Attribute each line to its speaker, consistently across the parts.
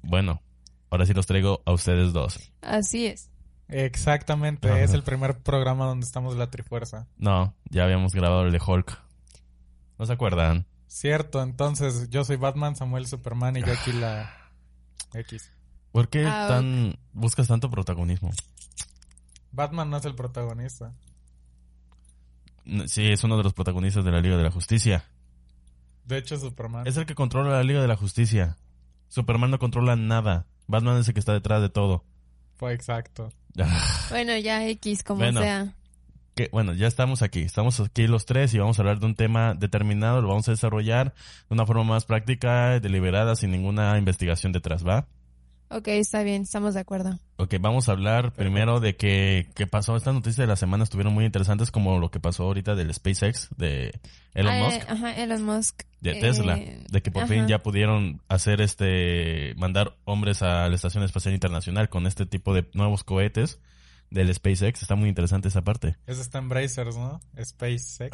Speaker 1: Bueno, ahora sí los traigo a ustedes dos.
Speaker 2: Así es.
Speaker 3: Exactamente,
Speaker 1: Ajá.
Speaker 3: es el primer programa donde estamos la Trifuerza.
Speaker 1: No, ya habíamos grabado el de Hulk. ¿No se acuerdan?
Speaker 3: Cierto, entonces yo soy Batman, Samuel Superman y yo aquí la
Speaker 1: Ah.
Speaker 3: X.
Speaker 1: ¿Por qué
Speaker 2: Ah,
Speaker 1: tan buscas tanto protagonismo?
Speaker 3: Batman no es el protagonista.
Speaker 1: N- Sí, es uno de los protagonistas de la Liga de la Justicia.
Speaker 3: De hecho, Superman.
Speaker 1: Es el que controla la Liga de la Justicia. Superman no controla nada. Batman es el que está detrás de todo.
Speaker 3: Pues exacto.
Speaker 2: Bueno, ya X, como
Speaker 1: Bueno.
Speaker 2: sea.
Speaker 1: que, bueno, ya estamos aquí, estamos aquí los tres y vamos a hablar de un tema determinado, lo vamos a desarrollar de una forma más práctica, deliberada, sin ninguna investigación detrás, ¿va?
Speaker 2: Ok, está bien, estamos de acuerdo.
Speaker 1: Ok, vamos a hablar primero de que, que pasó. Estas noticias de la semana estuvieron muy interesantes, como lo que pasó ahorita del SpaceX, de Elon
Speaker 2: Ah,
Speaker 1: Musk,
Speaker 2: eh, Ajá, Elon Musk.
Speaker 1: de
Speaker 2: eh,
Speaker 1: Tesla, de que por fin
Speaker 2: ajá.
Speaker 1: ya pudieron hacer este, mandar hombres a la Estación Espacial Internacional con este tipo de nuevos cohetes del SpaceX. Está muy interesante esa parte.
Speaker 3: Ese está en Brazers, ¿no? SpaceX.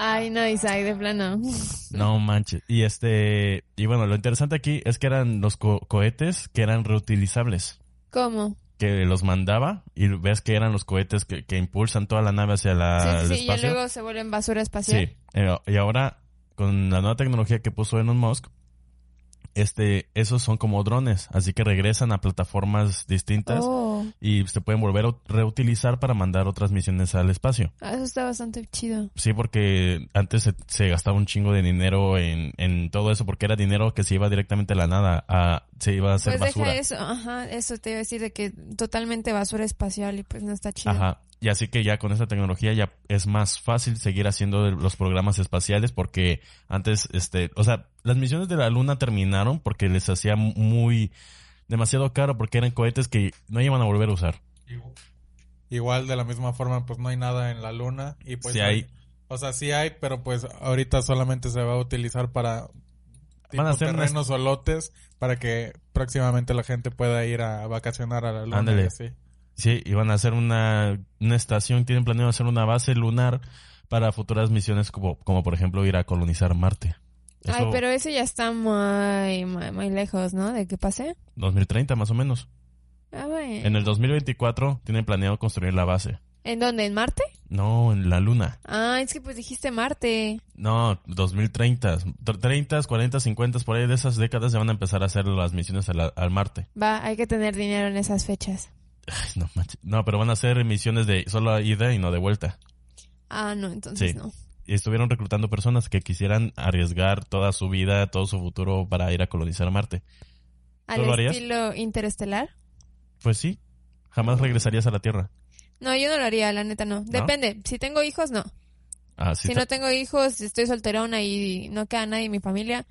Speaker 2: Ay, no, Isaac, de plano.
Speaker 1: No manches. Y este, y bueno, lo interesante aquí es que eran los co- cohetes que eran reutilizables,
Speaker 2: ¿Cómo?
Speaker 1: que los mandaba y ves que eran los cohetes que, que impulsan toda la nave hacia la,
Speaker 2: sí, sí,
Speaker 1: el
Speaker 2: sí, y
Speaker 1: espacio.
Speaker 2: luego se vuelven basura espacial.
Speaker 1: sí. Eh, Y ahora con la nueva tecnología que puso Elon Musk, este, esos son como drones, así que regresan a plataformas distintas
Speaker 2: Oh,
Speaker 1: y se pueden volver a reutilizar para mandar otras misiones al espacio.
Speaker 2: ah, eso está bastante chido.
Speaker 1: Sí, porque antes se, se gastaba un chingo de dinero en, en todo eso, porque era dinero que se iba directamente a la nada, a, se iba a hacer
Speaker 2: Pues
Speaker 1: basura.
Speaker 2: deja eso, ajá, eso te iba a decir de que totalmente basura espacial y pues no está chido.
Speaker 1: Ajá. Y así que ya con esta tecnología ya es más fácil seguir haciendo el- los programas espaciales porque antes, este, o sea, las misiones de la Luna terminaron porque les hacía muy, demasiado caro porque eran cohetes que no iban a volver a usar.
Speaker 3: Igual de la misma forma, pues no hay nada en la luna. Y pues
Speaker 1: Sí
Speaker 3: no
Speaker 1: hay.
Speaker 3: O sea, sí hay, pero pues ahorita solamente se va a utilizar para tipo,
Speaker 1: Van a hacer unas-
Speaker 3: terrenos o lotes para que próximamente la gente pueda ir a vacacionar a la luna.
Speaker 1: Ándale.
Speaker 3: y así.
Speaker 1: Sí, iban a hacer una, una estación, tienen planeado hacer una base lunar para futuras misiones como, como por ejemplo ir a colonizar Marte.
Speaker 2: Ay,
Speaker 1: Eso-
Speaker 2: pero eso ya está muy, muy, muy lejos, ¿no? De que pase.
Speaker 1: 2030 más o menos.
Speaker 2: Ah, bueno.
Speaker 1: En el 2024 tienen planeado construir la base.
Speaker 2: ¿En dónde? ¿En Marte?
Speaker 1: No, en la luna.
Speaker 2: Ah, es que pues dijiste Marte.
Speaker 1: No, 2030. 30, 40, 50, por ahí de esas décadas se van a empezar a hacer las misiones a la- al Marte.
Speaker 2: Va, hay que tener dinero en esas fechas.
Speaker 1: Ay, no, manches. no, pero van a hacer misiones de solo ida y no de vuelta.
Speaker 2: Ah, no, entonces
Speaker 1: Sí.
Speaker 2: no.
Speaker 1: Y estuvieron reclutando personas que quisieran arriesgar toda su vida, todo su futuro para ir a colonizar Marte.
Speaker 2: ¿Al
Speaker 1: lo harías?
Speaker 2: estilo interestelar?
Speaker 1: Pues sí, jamás regresarías a la Tierra.
Speaker 2: No, yo no lo haría, la neta no. Depende, si tengo hijos, no.
Speaker 1: Ah, sí,
Speaker 2: si
Speaker 1: ta-
Speaker 2: no tengo hijos, si estoy solterona y no queda nadie en mi familia,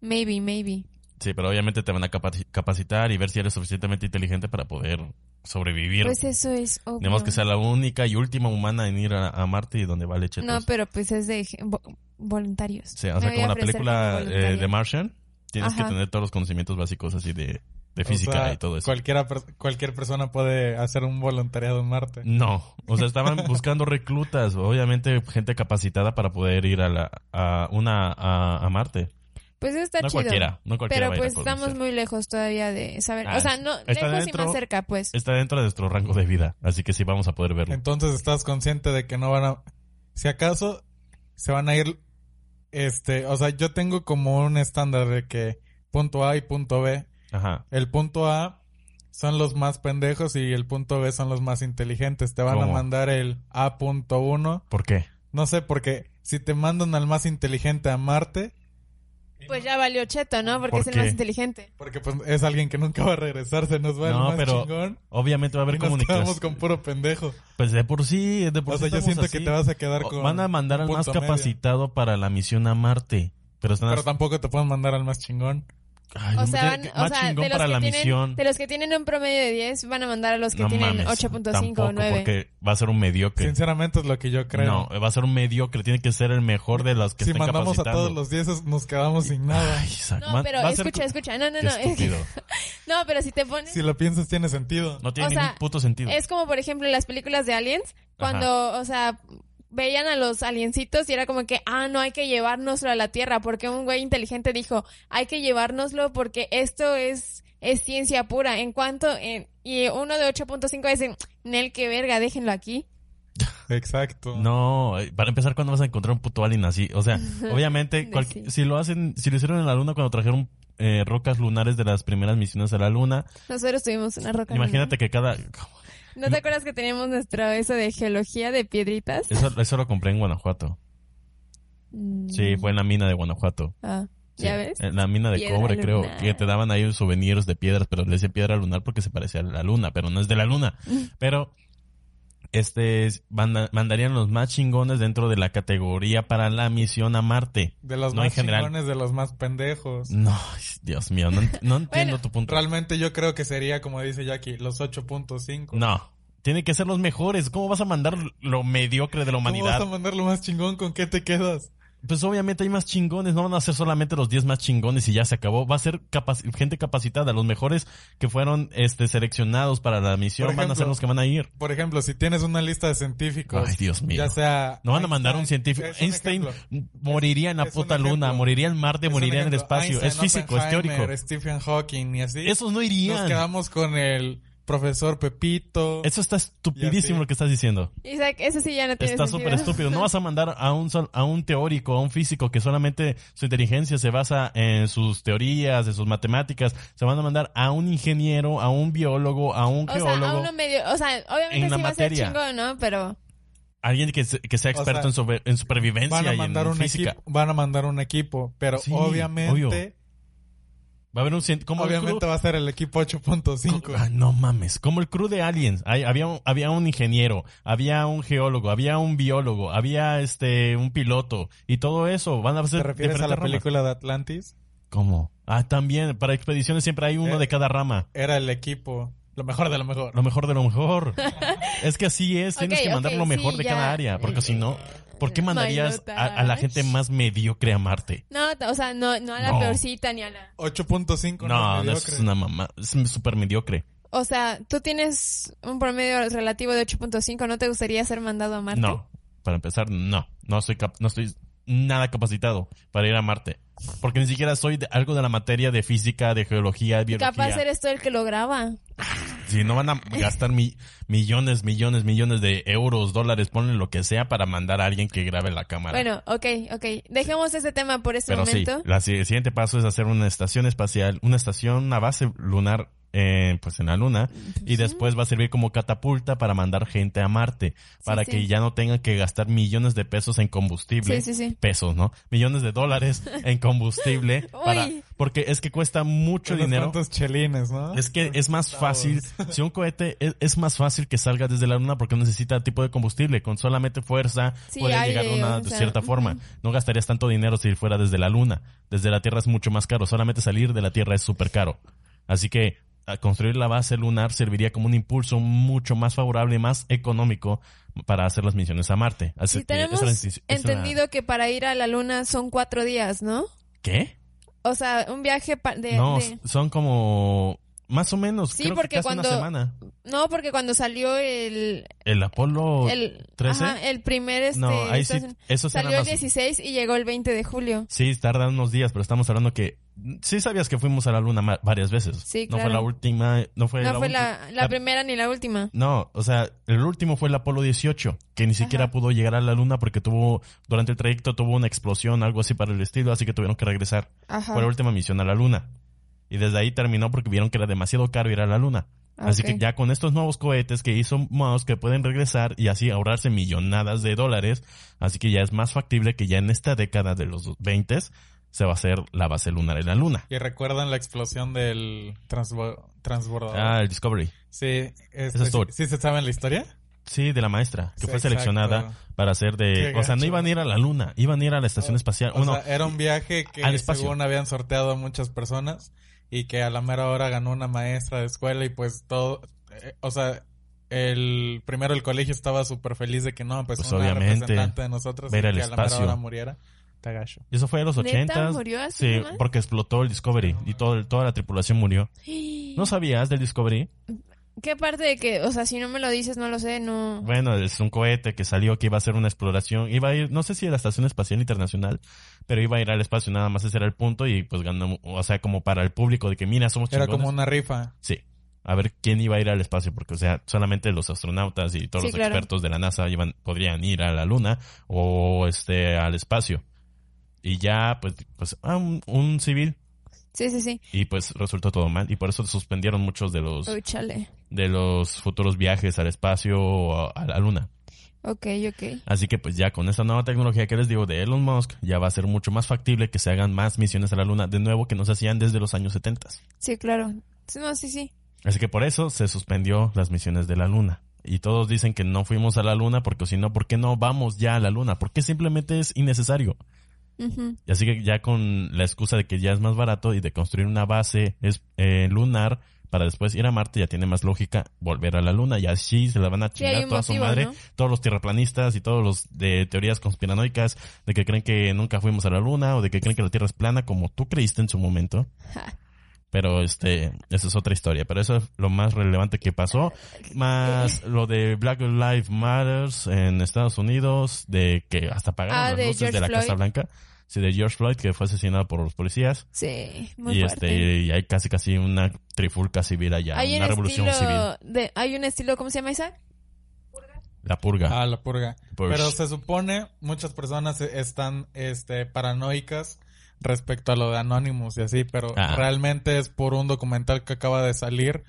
Speaker 2: maybe, maybe.
Speaker 1: sí, pero obviamente te van a capaci- capacitar y ver si eres suficientemente inteligente para poder sobrevivir.
Speaker 2: Pues eso es obvio.
Speaker 1: Tenemos que ser la única y última humana en ir a, a Marte y donde vale chetos.
Speaker 2: No, pero pues es de ge- vo- voluntarios.
Speaker 1: Sí, o
Speaker 2: Me
Speaker 1: sea,
Speaker 2: voy
Speaker 1: como
Speaker 2: a
Speaker 1: la
Speaker 2: ofrecer
Speaker 1: película
Speaker 2: como
Speaker 1: eh,
Speaker 2: voluntaria.
Speaker 1: de Martian, tienes
Speaker 2: Ajá.
Speaker 1: que tener todos los conocimientos básicos así de, de
Speaker 3: O
Speaker 1: física
Speaker 3: sea,
Speaker 1: y todo eso.
Speaker 3: Cualquiera, per- cualquier persona puede hacer un voluntariado en Marte.
Speaker 1: No, o sea, estaban buscando reclutas, obviamente gente capacitada para poder ir a la a una a, a Marte.
Speaker 2: Pues está
Speaker 1: no
Speaker 2: chido.
Speaker 1: cualquiera, no cualquiera
Speaker 2: Pero
Speaker 1: va a ir a
Speaker 2: pues estamos
Speaker 1: conocer.
Speaker 2: muy lejos todavía de saber.
Speaker 1: Ah,
Speaker 2: o sea, no,
Speaker 1: está
Speaker 2: lejos y
Speaker 1: dentro-
Speaker 2: más cerca, pues.
Speaker 1: Está dentro de nuestro rango de vida, así que sí vamos a poder verlo.
Speaker 3: Entonces estás consciente de que no van a... Si acaso se van a ir... Este, o sea, yo tengo como un estándar de que punto A y punto B.
Speaker 1: Ajá.
Speaker 3: El punto A son los más pendejos y el punto B son los más inteligentes. Te van
Speaker 1: ¿Cómo?
Speaker 3: a mandar el A.1.
Speaker 1: ¿Por qué?
Speaker 3: No sé, porque si te mandan al más inteligente a Marte,
Speaker 2: Pues ya valió cheto, ¿no? Porque
Speaker 1: ¿Por
Speaker 2: es el
Speaker 1: qué?
Speaker 2: más inteligente.
Speaker 3: porque pues es alguien que nunca va a regresar, se nos va el
Speaker 1: No,
Speaker 3: más
Speaker 1: pero
Speaker 3: chingón.
Speaker 1: Obviamente va a
Speaker 3: Y
Speaker 1: haber
Speaker 3: nos quedamos
Speaker 1: comunicaciones.
Speaker 3: con puro pendejo.
Speaker 1: Pues de por sí, de por
Speaker 3: O
Speaker 1: sí
Speaker 3: sea, yo
Speaker 1: estamos
Speaker 3: siento que
Speaker 1: así.
Speaker 3: te vas a quedar
Speaker 1: O-
Speaker 3: con...
Speaker 1: Van a mandar al
Speaker 3: punto
Speaker 1: más
Speaker 3: medio.
Speaker 1: capacitado para la misión a Marte, pero están
Speaker 3: Pero tampoco te pueden mandar al más chingón.
Speaker 1: Ay,
Speaker 2: O
Speaker 1: no
Speaker 2: sea,
Speaker 1: me-
Speaker 2: van,
Speaker 1: qué-
Speaker 2: o
Speaker 1: más
Speaker 2: sea,
Speaker 1: chingón
Speaker 2: de, los
Speaker 1: para
Speaker 2: que
Speaker 1: la
Speaker 2: tienen,
Speaker 1: misión.
Speaker 2: de los que tienen un promedio de 10, van a mandar a los que
Speaker 1: No
Speaker 2: tienen
Speaker 1: mames,
Speaker 2: 8.5
Speaker 1: tampoco,
Speaker 2: o 9.
Speaker 1: Porque va a ser un mediocre.
Speaker 3: Sinceramente es lo que yo creo.
Speaker 1: No, va a ser un mediocre. Tiene que ser el mejor de los que
Speaker 3: si
Speaker 1: estén
Speaker 3: mandamos a
Speaker 1: capacitando.
Speaker 3: todos los 10 nos quedamos sin nada.
Speaker 1: Ay, Isaac,
Speaker 2: No,
Speaker 1: man-
Speaker 2: pero
Speaker 1: va a ser
Speaker 2: escucha, escucha. No, no,
Speaker 1: Qué
Speaker 2: no. es que-
Speaker 1: estúpido.
Speaker 2: no, pero si te pones.
Speaker 3: Si lo piensas tiene sentido.
Speaker 1: No tiene
Speaker 2: O sea,
Speaker 1: ningún puto sentido.
Speaker 2: Es como, por ejemplo, en las películas de aliens, cuando, o sea, veían a los aliencitos y era como que, ah, no hay que llevárnoslo a la Tierra, porque un güey inteligente dijo, hay que llevárnoslo porque esto es, es ciencia pura. En cuanto, en- y uno de 8.5 dicen, Nel, qué verga, déjenlo aquí.
Speaker 3: Exacto.
Speaker 1: No, eh, para empezar, ¿cuándo vas a encontrar un puto alien así? O sea, obviamente,
Speaker 2: De
Speaker 1: cual-
Speaker 2: sí.
Speaker 1: si lo hacen, si lo hicieron en la luna cuando trajeron eh, rocas lunares de las primeras misiones a la luna,
Speaker 2: Nosotros tuvimos una roca.
Speaker 1: imagínate que cada...
Speaker 2: ¿No te acuerdas que teníamos nuestro eso de geología de piedritas?
Speaker 1: Eso, eso lo compré en Guanajuato.
Speaker 2: Mm.
Speaker 1: Sí, fue en la mina de Guanajuato.
Speaker 2: Ah,
Speaker 1: Sí,
Speaker 2: ¿ya ves?
Speaker 1: En la mina de
Speaker 2: Piedra
Speaker 1: cobre, creo.
Speaker 2: lunar.
Speaker 1: Que te daban ahí unos souvenirs de piedras, pero le decían piedra lunar porque se parecía a la luna, pero no es de la luna. Pero, este, es- manda- mandarían los más chingones dentro de la categoría para la misión a Marte.
Speaker 3: De los
Speaker 1: No, en
Speaker 3: más
Speaker 1: general.
Speaker 3: chingones, de los más pendejos.
Speaker 1: No, Dios mío, no, ent- no entiendo tu punto.
Speaker 3: Realmente yo creo que sería, como dice Jackie, los 8.5.
Speaker 1: No, tiene que ser los mejores. ¿Cómo vas a mandar lo mediocre de la
Speaker 3: ¿Cómo vas
Speaker 1: humanidad?
Speaker 3: a mandar lo más chingón? ¿Con qué te quedas?
Speaker 1: Pues obviamente hay más chingones, no van a ser solamente los 10 más chingones y ya se acabó. Va a ser capac- gente capacitada, los mejores que fueron este seleccionados para la misión
Speaker 3: Por
Speaker 1: van a ser
Speaker 3: ejemplo,
Speaker 1: los que van a ir.
Speaker 3: Por ejemplo, si tienes una lista de científicos,
Speaker 1: Ay, Dios mío.
Speaker 3: ya sea...
Speaker 1: No van a mandar un
Speaker 3: Einstein,
Speaker 1: científico.
Speaker 3: es un
Speaker 1: Einstein
Speaker 3: ejemplo.
Speaker 1: moriría en la
Speaker 3: Es un
Speaker 1: puta luna,
Speaker 3: ejemplo.
Speaker 1: moriría en Marte,
Speaker 3: Es un
Speaker 1: moriría en el
Speaker 3: ejemplo.
Speaker 1: espacio. es
Speaker 3: Einstein,
Speaker 1: físico, es
Speaker 3: Oppenheimer,
Speaker 1: teórico.
Speaker 3: Stephen Hawking y así.
Speaker 1: Esos no
Speaker 3: Nos
Speaker 1: irían.
Speaker 3: quedamos con el profesor Pepito.
Speaker 1: Eso está
Speaker 3: Y
Speaker 1: estupidísimo
Speaker 3: así.
Speaker 1: lo que estás diciendo.
Speaker 2: Isaac, eso sí ya no tiene
Speaker 1: Está
Speaker 2: sentido.
Speaker 1: súper estúpido. No vas a mandar a un, sol- a un teórico, a un físico que solamente su inteligencia se basa en sus teorías, en sus matemáticas. Se van a mandar a un ingeniero, a un biólogo, a un
Speaker 2: O sea, a
Speaker 1: geólogo.
Speaker 2: uno medio, o sea, obviamente
Speaker 1: en la
Speaker 2: sí va a ser
Speaker 1: materia.
Speaker 2: chingón, ¿no? Pero
Speaker 1: Alguien que, se- que sea
Speaker 3: O sea,
Speaker 1: experto en, sobre- en supervivencia
Speaker 3: van a
Speaker 1: y
Speaker 3: mandar
Speaker 1: en
Speaker 3: un
Speaker 1: física.
Speaker 3: equipo, van a mandar un equipo, pero
Speaker 1: Sí, obvio.
Speaker 3: obviamente,
Speaker 1: Va a haber un cien- como el
Speaker 3: obviamente
Speaker 1: crew-
Speaker 3: va a ser el equipo
Speaker 1: co- ah,
Speaker 3: 8.5.
Speaker 1: Ay, no mames, como el crew de aliens. Hay- había, un, había un ingeniero, había un geólogo, había un biólogo, había este un piloto y todo eso. Van a ser
Speaker 3: ¿Te refieres a la
Speaker 1: diferentes ramas.
Speaker 3: película de Atlantis?
Speaker 1: ¿Cómo? Ah, también, para expediciones siempre hay uno
Speaker 3: Eh.
Speaker 1: de cada rama.
Speaker 3: Era el equipo, lo mejor de lo mejor.
Speaker 1: Lo mejor de lo mejor. es que así es, tienes
Speaker 2: Ok,
Speaker 1: que mandar
Speaker 2: ok,
Speaker 1: lo mejor
Speaker 2: sí,
Speaker 1: de
Speaker 2: ya.
Speaker 1: cada área, porque si no, ¿por qué mandarías a, a la gente más mediocre a Marte?
Speaker 2: no, t- o sea, no, no a la
Speaker 1: No.
Speaker 2: peorcita ni a la.
Speaker 1: No, no,
Speaker 3: 8.5 no, es
Speaker 1: eso
Speaker 3: mediocre.
Speaker 1: es una mamá, es súper mediocre.
Speaker 2: O sea, tú tienes un promedio relativo de 8.5, ¿no te gustaría ser mandado a Marte?
Speaker 1: No, para empezar, no, no soy cap- no estoy nada capacitado para ir a Marte, porque ni siquiera soy de- algo de la materia de física, de geología, de biología.
Speaker 2: Capaz eres tú el que lo graba.
Speaker 1: Si no van a gastar mi- millones, millones, millones de euros, dólares, ponen lo que sea para mandar a alguien que grabe la cámara.
Speaker 2: Bueno, ok, ok. Dejemos ese tema por este
Speaker 1: Pero sí,
Speaker 2: momento.
Speaker 1: la si- el siguiente paso es hacer una estación espacial, una estación, una base lunar, eh, pues en la luna, y después va a servir como catapulta para mandar gente a Marte, para
Speaker 2: sí.
Speaker 1: que ya no tengan que gastar millones de pesos en combustible.
Speaker 2: Sí, sí, sí.
Speaker 1: Pesos, ¿no? Millones de dólares en combustible. para-
Speaker 2: Uy.
Speaker 1: porque es que cuesta mucho
Speaker 3: Unos
Speaker 1: dinero.
Speaker 3: cuantos chelines, ¿no?
Speaker 1: Es que es más
Speaker 3: centavos.
Speaker 1: fácil, si un cohete es, es más fácil que salga desde la luna porque no necesita tipo de combustible, con solamente fuerza
Speaker 2: Sí,
Speaker 1: puede
Speaker 2: aire,
Speaker 1: llegar a una
Speaker 2: o
Speaker 1: de
Speaker 2: sea,
Speaker 1: cierta forma. No gastarías tanto dinero si fuera desde la luna. Desde la Tierra es mucho más caro, solamente salir de la Tierra es súper caro. Así que a construir la base lunar serviría como un impulso mucho más favorable, más económico para hacer las misiones a Marte. Así
Speaker 2: Si
Speaker 1: que esa es
Speaker 2: tenemos
Speaker 1: la insti- esa es la-
Speaker 2: entendido que para ir a la luna son cuatro días, ¿no?
Speaker 1: ¿Qué?
Speaker 2: O sea, un viaje pa- de,
Speaker 1: no,
Speaker 2: de-
Speaker 1: son como más o menos,
Speaker 2: Sí,
Speaker 1: creo
Speaker 2: porque
Speaker 1: que casi
Speaker 2: cuando-
Speaker 1: una semana.
Speaker 2: No, porque cuando salió el...
Speaker 1: El Apolo
Speaker 2: El,
Speaker 1: 13?
Speaker 2: ajá, el primer... Este,
Speaker 1: no, ahí sí,
Speaker 2: estación-
Speaker 1: eso será
Speaker 2: Salió el
Speaker 1: más.
Speaker 2: 16 y llegó el 20 de julio.
Speaker 1: Sí, tardan unos días, pero estamos hablando que sí sabías que fuimos a la luna ma- varias veces.
Speaker 2: Sí,
Speaker 1: No fue
Speaker 2: claro.
Speaker 1: la última, no fue,
Speaker 2: No fue
Speaker 1: última-
Speaker 2: la, la primera ni la última.
Speaker 1: No, o sea, el último fue el Apolo 18, que ni siquiera
Speaker 2: Ajá.
Speaker 1: pudo llegar a la luna porque tuvo durante el trayecto tuvo una explosión, algo así para el estilo, así que tuvieron que regresar.
Speaker 2: Ajá.
Speaker 1: Fue la última misión a la luna. Y desde ahí terminó porque vieron que era demasiado caro ir a la luna.
Speaker 2: Ah,
Speaker 1: Así
Speaker 2: ok.
Speaker 1: que ya con estos nuevos cohetes que hizo Mouse que pueden regresar y así ahorrarse millonadas de dólares, así que ya es más factible que ya en esta década de los 20 se va a hacer la base lunar en la luna.
Speaker 3: Y recuerdan la explosión del transbo- transbordador.
Speaker 1: Ah, el Discovery.
Speaker 3: sí, este,
Speaker 1: eso es todo.
Speaker 3: ¿sí, sí se sabe la historia?
Speaker 1: Sí, de la maestra, que
Speaker 3: Sí,
Speaker 1: fue seleccionada
Speaker 3: exacto.
Speaker 1: para ser de...
Speaker 3: Qué
Speaker 1: o sea, no
Speaker 3: gacho.
Speaker 1: iban a ir a la luna, iban a ir a la estación espacial.
Speaker 3: Oh, O
Speaker 1: Bueno,
Speaker 3: sea, era un viaje que
Speaker 1: al espacio.
Speaker 3: según habían sorteado a muchas personas y que a la mera hora ganó una maestra de escuela y pues todo, eh, o sea, el primero el colegio estaba súper feliz de que no, pues,
Speaker 1: Pues,
Speaker 3: una
Speaker 1: obviamente,
Speaker 3: representante de nosotros y
Speaker 1: ver
Speaker 3: que
Speaker 1: el
Speaker 3: a la mera
Speaker 1: espacio.
Speaker 3: hora muriera. Tagacho.
Speaker 1: y eso fue en los
Speaker 2: ¿Neta?
Speaker 1: ochentas.
Speaker 2: ¿Murió así
Speaker 1: Sí,
Speaker 2: nomás?
Speaker 1: porque explotó el Discovery y todo, el- toda la tripulación murió. ¿No sabías del Discovery?
Speaker 2: ¿Qué parte de que, o sea, si no me lo dices, no lo sé, no.
Speaker 1: Bueno, es un cohete que salió que iba a hacer una exploración. Iba a ir, no sé si a la Estación Espacial Internacional, pero iba a ir al espacio. Nada más ese era el punto y pues ganó, o sea, como para el público de que mira, somos
Speaker 3: Era
Speaker 1: chingones.
Speaker 3: como una rifa.
Speaker 1: Sí. A ver quién iba a ir al espacio, porque, o sea, solamente los astronautas y todos
Speaker 2: Sí,
Speaker 1: los
Speaker 2: claro.
Speaker 1: expertos de la NASA iban, podrían ir a la Luna o este al espacio. Y ya, pues, pues ah, un, un civil.
Speaker 2: Sí, sí, sí.
Speaker 1: Y pues resultó todo mal. Y por eso suspendieron muchos de los,
Speaker 2: Uy, chale.
Speaker 1: de los futuros viajes al espacio o a- a la Luna.
Speaker 2: Ok, ok.
Speaker 1: Así que pues ya con esta nueva tecnología que les digo de Elon Musk, ya va a ser mucho más factible que se hagan más misiones a la Luna, de nuevo que no se hacían desde los años 70.
Speaker 2: Sí, claro. Sí, No, sí, sí.
Speaker 1: Así que por eso se suspendió las misiones de la Luna. Y todos dicen que no fuimos a la Luna porque si no, ¿por qué no vamos ya a la Luna? Porque simplemente es innecesario.
Speaker 2: Ujú.
Speaker 1: Y así que ya con la excusa de que ya es más barato y de construir una base es, eh, lunar para después ir a Marte, ya tiene más lógica volver a la Luna y así se la van a
Speaker 2: Sí, hay
Speaker 1: chingar
Speaker 2: un
Speaker 1: toda su
Speaker 2: motivo,
Speaker 1: madre
Speaker 2: ¿no?
Speaker 1: todos los tierraplanistas y todos los de teorías conspiranoicas de que creen que nunca fuimos a la luna o de que creen que la tierra es plana como tú creíste en su momento.
Speaker 2: Ja.
Speaker 1: Pero este, esa es otra historia, pero eso es lo más relevante que pasó, más lo de Black Lives Matters en Estados Unidos, de que hasta apagaron
Speaker 2: Ah,
Speaker 1: las
Speaker 2: de
Speaker 1: luces
Speaker 2: George
Speaker 1: de la
Speaker 2: Floyd.
Speaker 1: Casa Blanca, sí de George Floyd que fue asesinado por los policías
Speaker 2: Sí, muy
Speaker 1: y
Speaker 2: fuerte.
Speaker 1: este y hay casi casi una trifulca civil allá,
Speaker 2: hay
Speaker 1: una
Speaker 2: un
Speaker 1: revolución civil,
Speaker 2: estilo de, hay un estilo, ¿cómo se llama esa?
Speaker 1: la purga.
Speaker 3: Ah, la purga.
Speaker 1: Purge.
Speaker 3: Pero se supone muchas personas e-, están este paranoicas respecto a lo de Anonymous y así, pero
Speaker 1: Ah.
Speaker 3: realmente es por un documental que acaba de salir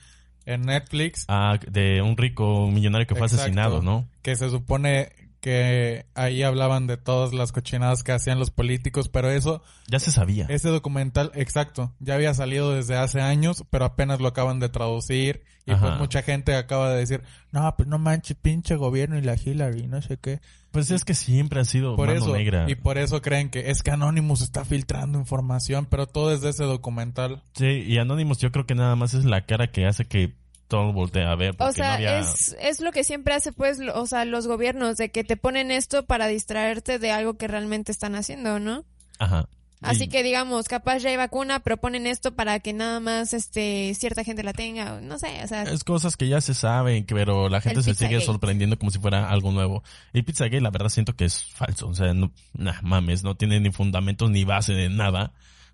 Speaker 3: en Netflix
Speaker 1: Ah, de un rico millonario que fue
Speaker 3: Exacto.
Speaker 1: asesinado, ¿no?
Speaker 3: que se supone que ahí hablaban de todas las cochinadas que hacían los políticos, pero eso
Speaker 1: Ya se sabía.
Speaker 3: ese documental exacto ya había salido desde hace años, pero apenas lo acaban de traducir y
Speaker 1: Ajá.
Speaker 3: pues mucha gente acaba de decir, "No, pues no manches, pinche gobierno y la Hillary, y no sé qué."
Speaker 1: Pues es que siempre ha sido
Speaker 3: por
Speaker 1: Pues mano
Speaker 3: eso
Speaker 1: negra.
Speaker 3: y por eso creen que es que Anonymous está filtrando información, pero todo es de ese documental.
Speaker 1: Sí, y Anonymous yo creo que nada más es la cara que hace que todo voltea a ver. Porque
Speaker 2: O sea,
Speaker 1: no había...
Speaker 2: es, es lo que siempre hace, pues, lo- o sea, los gobiernos, de que te ponen esto para distraerte de algo que realmente están haciendo, ¿no?
Speaker 1: Ajá.
Speaker 2: Así
Speaker 1: Y-
Speaker 2: que, digamos, capaz ya hay vacuna, pero ponen esto para que nada más, este, cierta gente la tenga, o no sé, o sea,
Speaker 1: Es cosas que ya se saben, que- pero la gente
Speaker 2: El
Speaker 1: se sigue
Speaker 2: Pizzagate.
Speaker 1: sorprendiendo como si fuera algo nuevo. Y Pizzagate, la verdad, siento que es falso. O sea, no, nah, mames, no tiene ni fundamentos ni base de nada.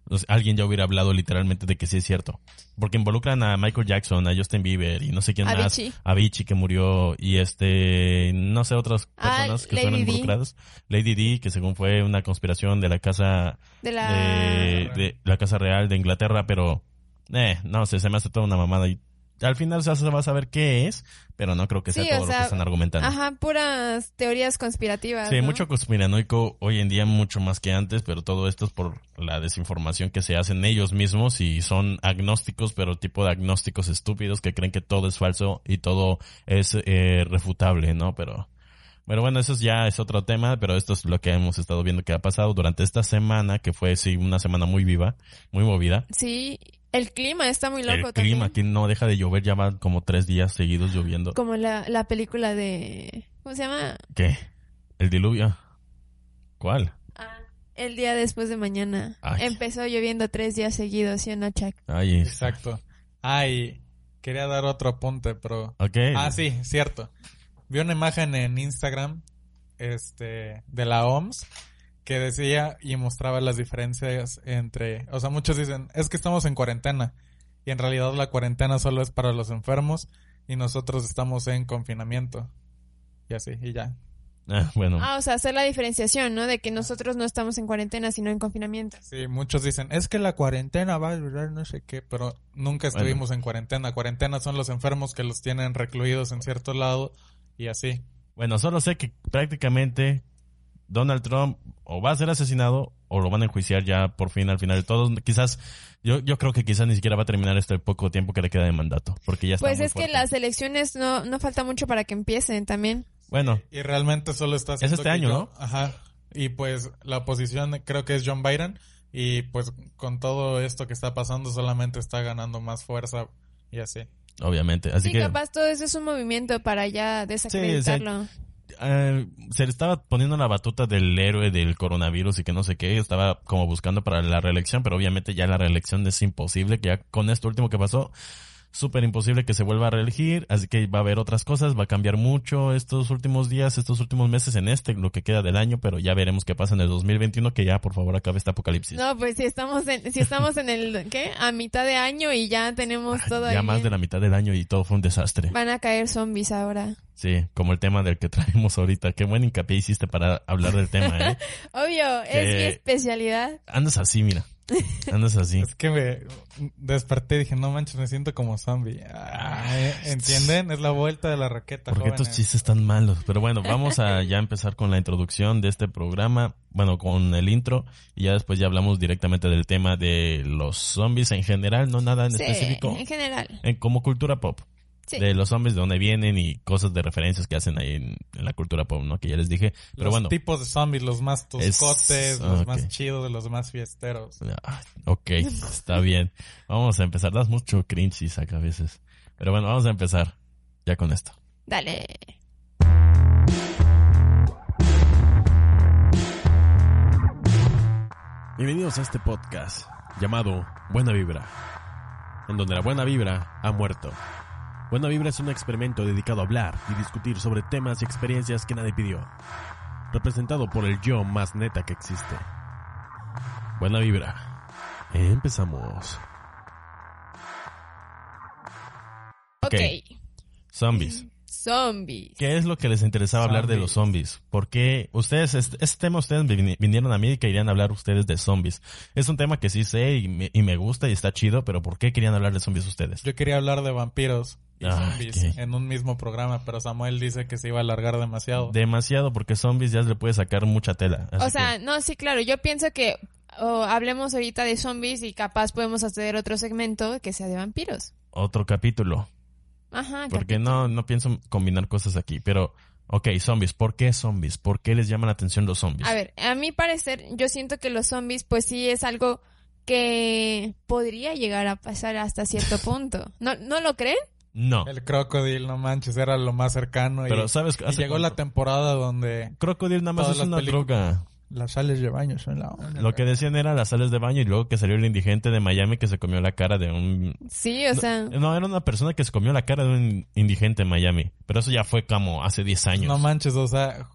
Speaker 1: O sea, alguien ya hubiera hablado literalmente de que sí es cierto. Porque involucran a Michael Jackson, a Justin Bieber y no sé quién más.
Speaker 2: Avicii.
Speaker 1: A Vichy que murió y este, no sé, otras
Speaker 2: Ah,
Speaker 1: personas que
Speaker 2: Lady
Speaker 1: fueron
Speaker 2: Di.
Speaker 1: involucradas. Lady D, que según fue una conspiración de la casa
Speaker 2: de la... Ah.
Speaker 1: de, de la Casa Real de Inglaterra, pero eh, no sé, se me hace toda una mamada y al final se hace- va a saber qué es, pero no creo que sea
Speaker 2: Sí,
Speaker 1: todo
Speaker 2: o
Speaker 1: lo que
Speaker 2: sea,
Speaker 1: están argumentando.
Speaker 2: Ajá, puras teorías conspirativas,
Speaker 1: Sí,
Speaker 2: ¿no?
Speaker 1: mucho conspiranoico hoy en día, mucho más que antes, pero todo esto es por la desinformación que se hacen ellos mismos y son agnósticos, pero tipo de agnósticos estúpidos que creen que todo es falso y todo es eh, refutable, ¿no? Pero, pero bueno, eso es- ya es otro tema, pero esto es lo que hemos estado viendo que ha pasado durante esta semana, que fue, sí, una semana muy viva, muy movida.
Speaker 2: Sí, el clima está muy loco
Speaker 1: El clima
Speaker 2: también.
Speaker 1: aquí no deja de llover, ya van como tres días seguidos lloviendo.
Speaker 2: Como la, la película de... ¿Cómo se llama?
Speaker 1: ¿Qué? ¿El diluvio? ¿Cuál?
Speaker 2: El día después de mañana.
Speaker 1: Ay.
Speaker 2: Empezó lloviendo tres días seguidos, ¿sí o no, Chuck?
Speaker 1: Ay,
Speaker 3: Exacto. Ay, quería dar otro apunte, pero
Speaker 1: Ok.
Speaker 3: Ah, sí, cierto. Vi una imagen en Instagram este de la OMS que decía y mostraba las diferencias entre, o sea, muchos dicen, es que estamos en cuarentena y en realidad la cuarentena solo es para los enfermos y nosotros estamos en confinamiento. Y así, y ya.
Speaker 1: Ah, bueno.
Speaker 2: Ah, o sea, hacer la diferenciación, ¿no? De que nosotros no estamos en cuarentena, sino en confinamiento.
Speaker 3: Sí, muchos dicen, es que la cuarentena va a durar no sé qué, pero nunca
Speaker 1: Bueno.
Speaker 3: estuvimos en cuarentena. Cuarentena son los enfermos que los tienen recluidos en cierto lado y así.
Speaker 1: Bueno, solo sé que prácticamente Donald Trump o va a ser asesinado o lo van a enjuiciar ya por fin al final de todos. Quizás, yo, yo creo que quizás ni siquiera va a terminar este poco tiempo que le queda de mandato, porque ya está
Speaker 2: Pues
Speaker 1: muy
Speaker 2: es que
Speaker 1: fuerte.
Speaker 2: las elecciones no, no falta mucho para que empiecen también.
Speaker 1: Bueno,
Speaker 3: Y realmente solo está haciendo
Speaker 1: este
Speaker 3: que
Speaker 1: año,
Speaker 3: yo- Ajá. Y pues la oposición creo que es John Biden. Y pues con todo esto que está pasando solamente está ganando más fuerza y así.
Speaker 1: obviamente. Así
Speaker 2: sí,
Speaker 1: que
Speaker 2: capaz todo eso es un movimiento para ya desacreditarlo.
Speaker 1: eh, se le estaba poniendo la batuta del héroe del coronavirus y que no sé qué. Estaba como buscando para la reelección, pero obviamente ya la reelección es imposible. Que ya con esto último que pasó, súper imposible que se vuelva a reelegir. Así que va a haber otras cosas, va a cambiar mucho estos últimos días, estos últimos meses en este, lo que queda del año, pero ya veremos qué pasa en el 2021. Que ya, por favor, acabe este apocalipsis.
Speaker 2: No, pues si estamos en, si estamos en el, ¿qué? A mitad de año y ya tenemos todo
Speaker 1: ya
Speaker 2: ahí
Speaker 1: más de
Speaker 2: en-
Speaker 1: la mitad del año y todo fue un desastre.
Speaker 2: Van a caer zombies ahora.
Speaker 1: Sí, como el tema del que traemos ahorita. Qué buen hincapié hiciste para hablar del tema, ¿eh?
Speaker 2: Obvio, es mi
Speaker 1: Que-
Speaker 2: especialidad.
Speaker 1: Andas así, mira. Andas así.
Speaker 3: Es que me desperté y dije, no manches, me siento como zombie. Ah, ¿Entienden? Es la vuelta de la raqueta.
Speaker 1: Porque estos
Speaker 3: jóvenes.
Speaker 1: chistes están malos. Pero bueno, vamos a ya empezar con la introducción de este programa. Bueno, con el intro. Y ya después ya hablamos directamente del tema de los zombies en general, no nada en
Speaker 2: Sí,
Speaker 1: específico.
Speaker 2: en general.
Speaker 1: En, como cultura pop.
Speaker 2: Sí.
Speaker 1: De los zombies, de dónde vienen y cosas de referencias que hacen ahí en, en la cultura pop, ¿no? Que ya les dije. Pero
Speaker 3: los
Speaker 1: bueno.
Speaker 3: tipos de zombies, los más
Speaker 1: Es-
Speaker 3: toscotes, los
Speaker 1: ok.
Speaker 3: más chidos, los más fiesteros.
Speaker 1: Ah, Ok, está bien. Vamos a empezar. Das mucho cringe, Isaac, a veces. Pero bueno, vamos a empezar ya con esto.
Speaker 2: Dale.
Speaker 1: Bienvenidos a este podcast llamado Buena Vibra, en donde la buena vibra ha muerto. Buena Vibra es un experimento dedicado a hablar y discutir sobre temas y experiencias que nadie pidió, representado por el yo más neta que existe. Buena Vibra. Empezamos.
Speaker 2: Ok.
Speaker 1: Ok. Zombies.
Speaker 2: Zombies.
Speaker 1: ¿Qué es lo que les interesaba hablar de los zombies? Porque ustedes, este, este tema ustedes vin- vinieron a mí y querían hablar ustedes de zombies. Es un tema que sí sé y me, y me gusta y está chido, pero ¿por qué querían hablar de zombies ustedes?
Speaker 3: Yo quería hablar de vampiros y
Speaker 1: Ah,
Speaker 3: zombies
Speaker 1: ok.
Speaker 3: en un mismo programa, pero Samuel dice que se iba a alargar demasiado.
Speaker 1: Demasiado, porque zombies ya le puede sacar mucha tela. Así
Speaker 2: O sea,
Speaker 1: que-
Speaker 2: no, sí, claro, yo pienso que oh, hablemos ahorita de zombies y capaz podemos hacer otro segmento que sea de vampiros.
Speaker 1: otro capítulo.
Speaker 2: Ajá,
Speaker 1: Porque no, no pienso combinar cosas aquí, pero... Ok, zombies. ¿Por qué zombies? ¿Por qué les llaman la atención los zombies?
Speaker 2: A ver, a mi parecer, yo siento que los zombies, pues sí es algo que podría llegar a pasar hasta cierto punto. ¿No, ¿no lo creen?
Speaker 1: no.
Speaker 3: El crocodilo, no manches, era lo más cercano.
Speaker 1: Pero
Speaker 3: y
Speaker 1: ¿sabes
Speaker 3: y llegó la temporada donde
Speaker 1: Crocodile nada más
Speaker 3: Todas
Speaker 1: es
Speaker 3: las
Speaker 1: una
Speaker 3: películas.
Speaker 1: droga.
Speaker 3: las sales de baño son la onda.
Speaker 1: Lo que decían era las sales de baño y luego que salió el indigente de Miami que se comió la cara de un...
Speaker 2: Sí, o sea,
Speaker 1: No, era una persona que se comió la cara de un indigente en Miami. Pero eso ya fue como hace 10 años.
Speaker 3: No manches, o sea,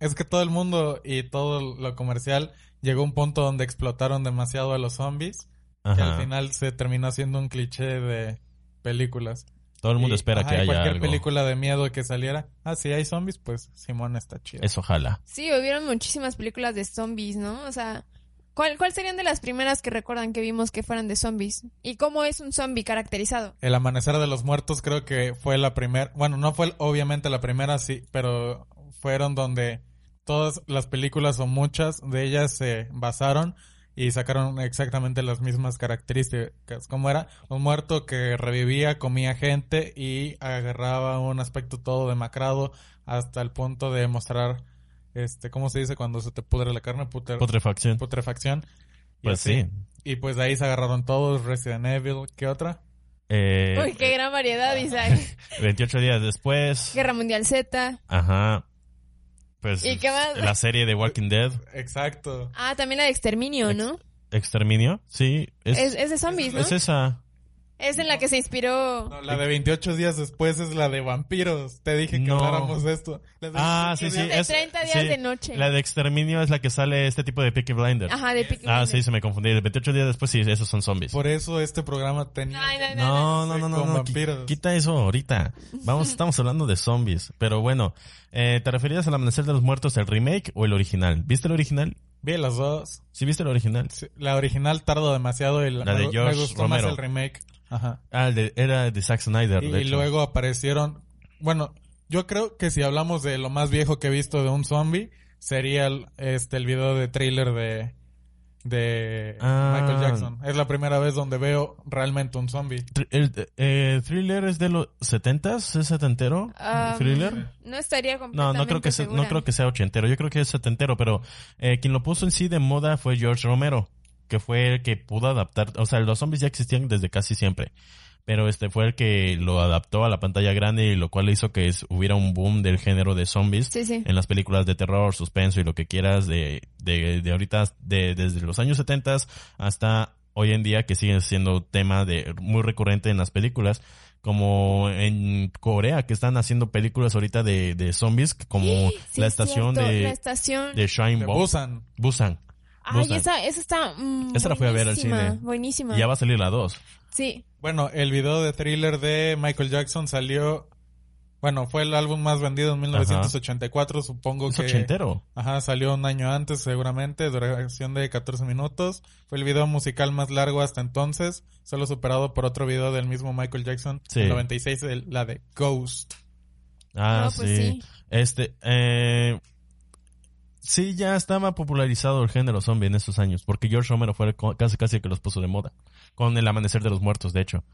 Speaker 3: es que todo el mundo y todo lo comercial llegó a un punto donde explotaron demasiado a los zombies que
Speaker 1: Ajá.
Speaker 3: al final se terminó haciendo un cliché de películas.
Speaker 1: Todo el mundo
Speaker 3: Y-
Speaker 1: espera
Speaker 3: ajá,
Speaker 1: que
Speaker 3: y
Speaker 1: haya
Speaker 3: cualquier
Speaker 1: algo.
Speaker 3: película de miedo que saliera. Ah, si hay zombies, pues Simón está chido.
Speaker 1: Eso jala.
Speaker 2: sí, hubieron muchísimas películas de zombies, ¿no? O sea, ¿cuál, ¿cuál serían de las primeras que recuerdan que vimos que fueran de zombies? ¿Y cómo es un zombie caracterizado?
Speaker 3: El amanecer de los muertos creo que fue la primera, bueno, no fue obviamente la primera, sí, pero fueron donde todas las películas o muchas de ellas se basaron y sacaron exactamente las mismas características, como era un muerto que revivía, comía gente y agarraba un aspecto todo demacrado hasta el punto de mostrar, este, ¿cómo se dice cuando se te pudre la carne? Putre-
Speaker 1: Putrefacción.
Speaker 3: pues, putrefacción. Y
Speaker 1: Pues
Speaker 3: así.
Speaker 1: sí.
Speaker 3: Y pues de ahí se agarraron todos, Resident Evil, ¿qué otra?
Speaker 1: Eh,
Speaker 2: Uy, qué gran variedad, Isaac.
Speaker 1: 28 días después.
Speaker 2: Guerra Mundial Z.
Speaker 1: Ajá. Pues
Speaker 2: ¿Y qué más?
Speaker 1: la serie de Walking Dead,
Speaker 3: Exacto.
Speaker 2: Ah, también la de Exterminio, ¿no?
Speaker 1: Exterminio. Sí. Es,
Speaker 2: Es, es de zombies, ¿no?
Speaker 1: es esa.
Speaker 2: Es en la que se inspiró.
Speaker 3: No, la de 28 días después es la de vampiros. Te dije que
Speaker 1: No.
Speaker 3: habláramos de esto. La de
Speaker 1: Ah, sí,
Speaker 3: 28
Speaker 1: sí.
Speaker 3: días-
Speaker 2: De
Speaker 1: es-
Speaker 2: 30 días
Speaker 1: sí.
Speaker 2: de noche.
Speaker 1: La de Exterminio es la que sale este tipo de Peaky Blinders.
Speaker 2: Ajá, de Peaky
Speaker 1: Ah,
Speaker 2: Blinders.
Speaker 1: sí, se me confundí. De 28 días después, sí, esos son zombies.
Speaker 3: Por eso este programa tenía...
Speaker 2: Ay, no,
Speaker 1: No,
Speaker 2: no, no.
Speaker 1: no, no, no,
Speaker 3: Con
Speaker 1: no,
Speaker 3: vampiros.
Speaker 1: qui- Quita eso ahorita. Vamos, estamos hablando de zombies. Pero bueno, eh, ¿te referías al Amanecer de los Muertos, el remake o el original? ¿Viste el original?
Speaker 3: Vi las dos.
Speaker 1: ¿Sí viste el original?
Speaker 3: Sí, La original tardó demasiado y la,
Speaker 1: La de
Speaker 3: me- me
Speaker 1: George
Speaker 3: gustó
Speaker 1: Romero.
Speaker 3: más el remake. Ajá.
Speaker 1: Ah, el de- era de Zack Snyder.
Speaker 3: Y,
Speaker 1: de
Speaker 3: y
Speaker 1: hecho.
Speaker 3: luego aparecieron... Bueno, yo creo que si hablamos de lo más viejo que he visto de un zombie, sería el- este el video de thriller de de
Speaker 1: Ah.
Speaker 3: Michael Jackson. Es la primera vez donde veo realmente un zombie.
Speaker 1: Thr- El eh, thriller es de los 70s, es setentero.
Speaker 2: Ah,
Speaker 1: thriller.
Speaker 2: No estaría
Speaker 1: No,
Speaker 2: completamente
Speaker 1: no creo que se-
Speaker 2: segura.
Speaker 1: no creo que sea ochentero. Yo creo que es setentero, pero eh, quien lo puso en sí de moda fue George Romero, que fue el que pudo adaptar. O sea, los zombies ya existían desde casi siempre, pero este fue el que lo adaptó a la pantalla grande y lo cual hizo que es- hubiera un boom del género de zombies
Speaker 2: Sí, sí.
Speaker 1: en las películas de terror, suspenso y lo que quieras de, de, de ahorita, de, desde los años 70 hasta hoy en día que sigue siendo tema de muy recurrente en las películas. Como en Corea, que están haciendo películas ahorita de, de zombies, como
Speaker 2: Sí,
Speaker 1: la
Speaker 2: es
Speaker 1: estación
Speaker 2: cierto, la
Speaker 1: de,
Speaker 2: estación.
Speaker 1: de Shine
Speaker 3: De
Speaker 1: Bo-
Speaker 3: Busan.
Speaker 1: Busan.
Speaker 2: Ay,
Speaker 1: Busan.
Speaker 2: esa, esa está. mm,
Speaker 1: Esa la fui a ver al
Speaker 2: buenísima,
Speaker 1: cine.
Speaker 2: Buenísima.
Speaker 1: Y ya va a salir la 2.
Speaker 2: Sí.
Speaker 3: Bueno, el video de thriller de Michael Jackson salió bueno, fue el álbum más vendido en 1984, supongo
Speaker 1: Es
Speaker 3: que
Speaker 1: ochentero.
Speaker 3: Ajá, salió un año antes seguramente, duración de 14 minutos. Fue el video musical más largo hasta entonces, solo superado por otro video del mismo Michael Jackson,
Speaker 1: Sí.
Speaker 3: el 96, el- la de Ghost.
Speaker 1: Ah,
Speaker 2: no, pues
Speaker 1: sí.
Speaker 2: sí.
Speaker 1: Este, eh, sí, ya estaba popularizado el género zombie en esos años, porque George Romero fue el co- casi casi el que los puso de moda, con el amanecer de los muertos, de hecho.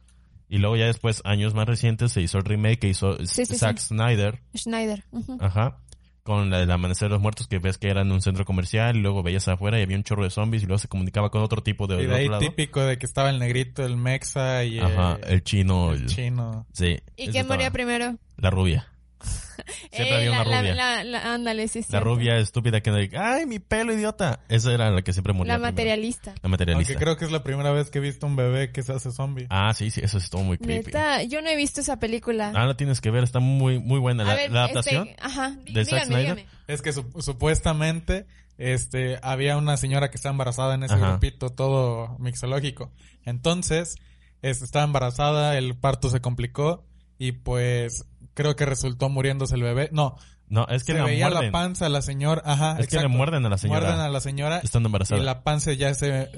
Speaker 1: Y luego ya después, años más recientes, se hizo el remake que hizo
Speaker 2: Sí, sí,
Speaker 1: Zack
Speaker 2: sí.
Speaker 1: Snyder,
Speaker 2: Schneider. ujú.
Speaker 1: ajá, con la- el amanecer de los muertos, que ves que era en un centro comercial, y luego veías afuera y había un chorro de zombies, y luego se comunicaba con otro tipo de,
Speaker 3: Y
Speaker 1: del
Speaker 3: de ahí
Speaker 1: otro lado.
Speaker 3: típico de que estaba el negrito, el mexa y
Speaker 1: Ajá,
Speaker 3: eh,
Speaker 1: el chino,
Speaker 3: el
Speaker 1: el-
Speaker 3: chino.
Speaker 1: sí.
Speaker 2: ¿Y
Speaker 1: ese
Speaker 2: quién moría
Speaker 1: estaba.
Speaker 2: primero?
Speaker 1: La rubia. Siempre
Speaker 2: Eh,
Speaker 1: había una
Speaker 2: la, la-
Speaker 1: rubia.
Speaker 2: la- la- ándale, sí, sí.
Speaker 1: La rubia estúpida que ay, mi pelo idiota. Esa era la que siempre moría.
Speaker 2: La
Speaker 1: primero.
Speaker 2: materialista.
Speaker 1: La materialista.
Speaker 3: Aunque creo que es la primera vez que he visto un bebé que se hace zombie.
Speaker 1: Ah, sí, sí, eso estuvo muy creepy.
Speaker 2: Neta, yo no he visto esa película.
Speaker 1: Ah, la tienes que ver, está muy muy buena la,
Speaker 2: A ver,
Speaker 1: la adaptación.
Speaker 2: este, ajá, di-
Speaker 1: de Zack
Speaker 2: dígame,
Speaker 1: Snyder.
Speaker 2: dígame.
Speaker 3: Es que sup- supuestamente este había una señora que está embarazada en ese
Speaker 1: Ajá.
Speaker 3: grupito todo mixológico. Entonces, este, estaba embarazada, el parto se complicó y pues creo que resultó muriéndose el bebé. No,
Speaker 1: No, es que
Speaker 3: se
Speaker 1: la
Speaker 3: veía
Speaker 1: muerden.
Speaker 3: la panza la señora, ajá,
Speaker 1: es que le
Speaker 3: exacto.
Speaker 1: muerden a la señora
Speaker 3: Muerden a la señora
Speaker 1: estando embarazada.
Speaker 3: y la panza ya se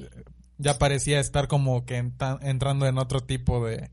Speaker 3: ya parecía estar como que enta- entrando en otro tipo de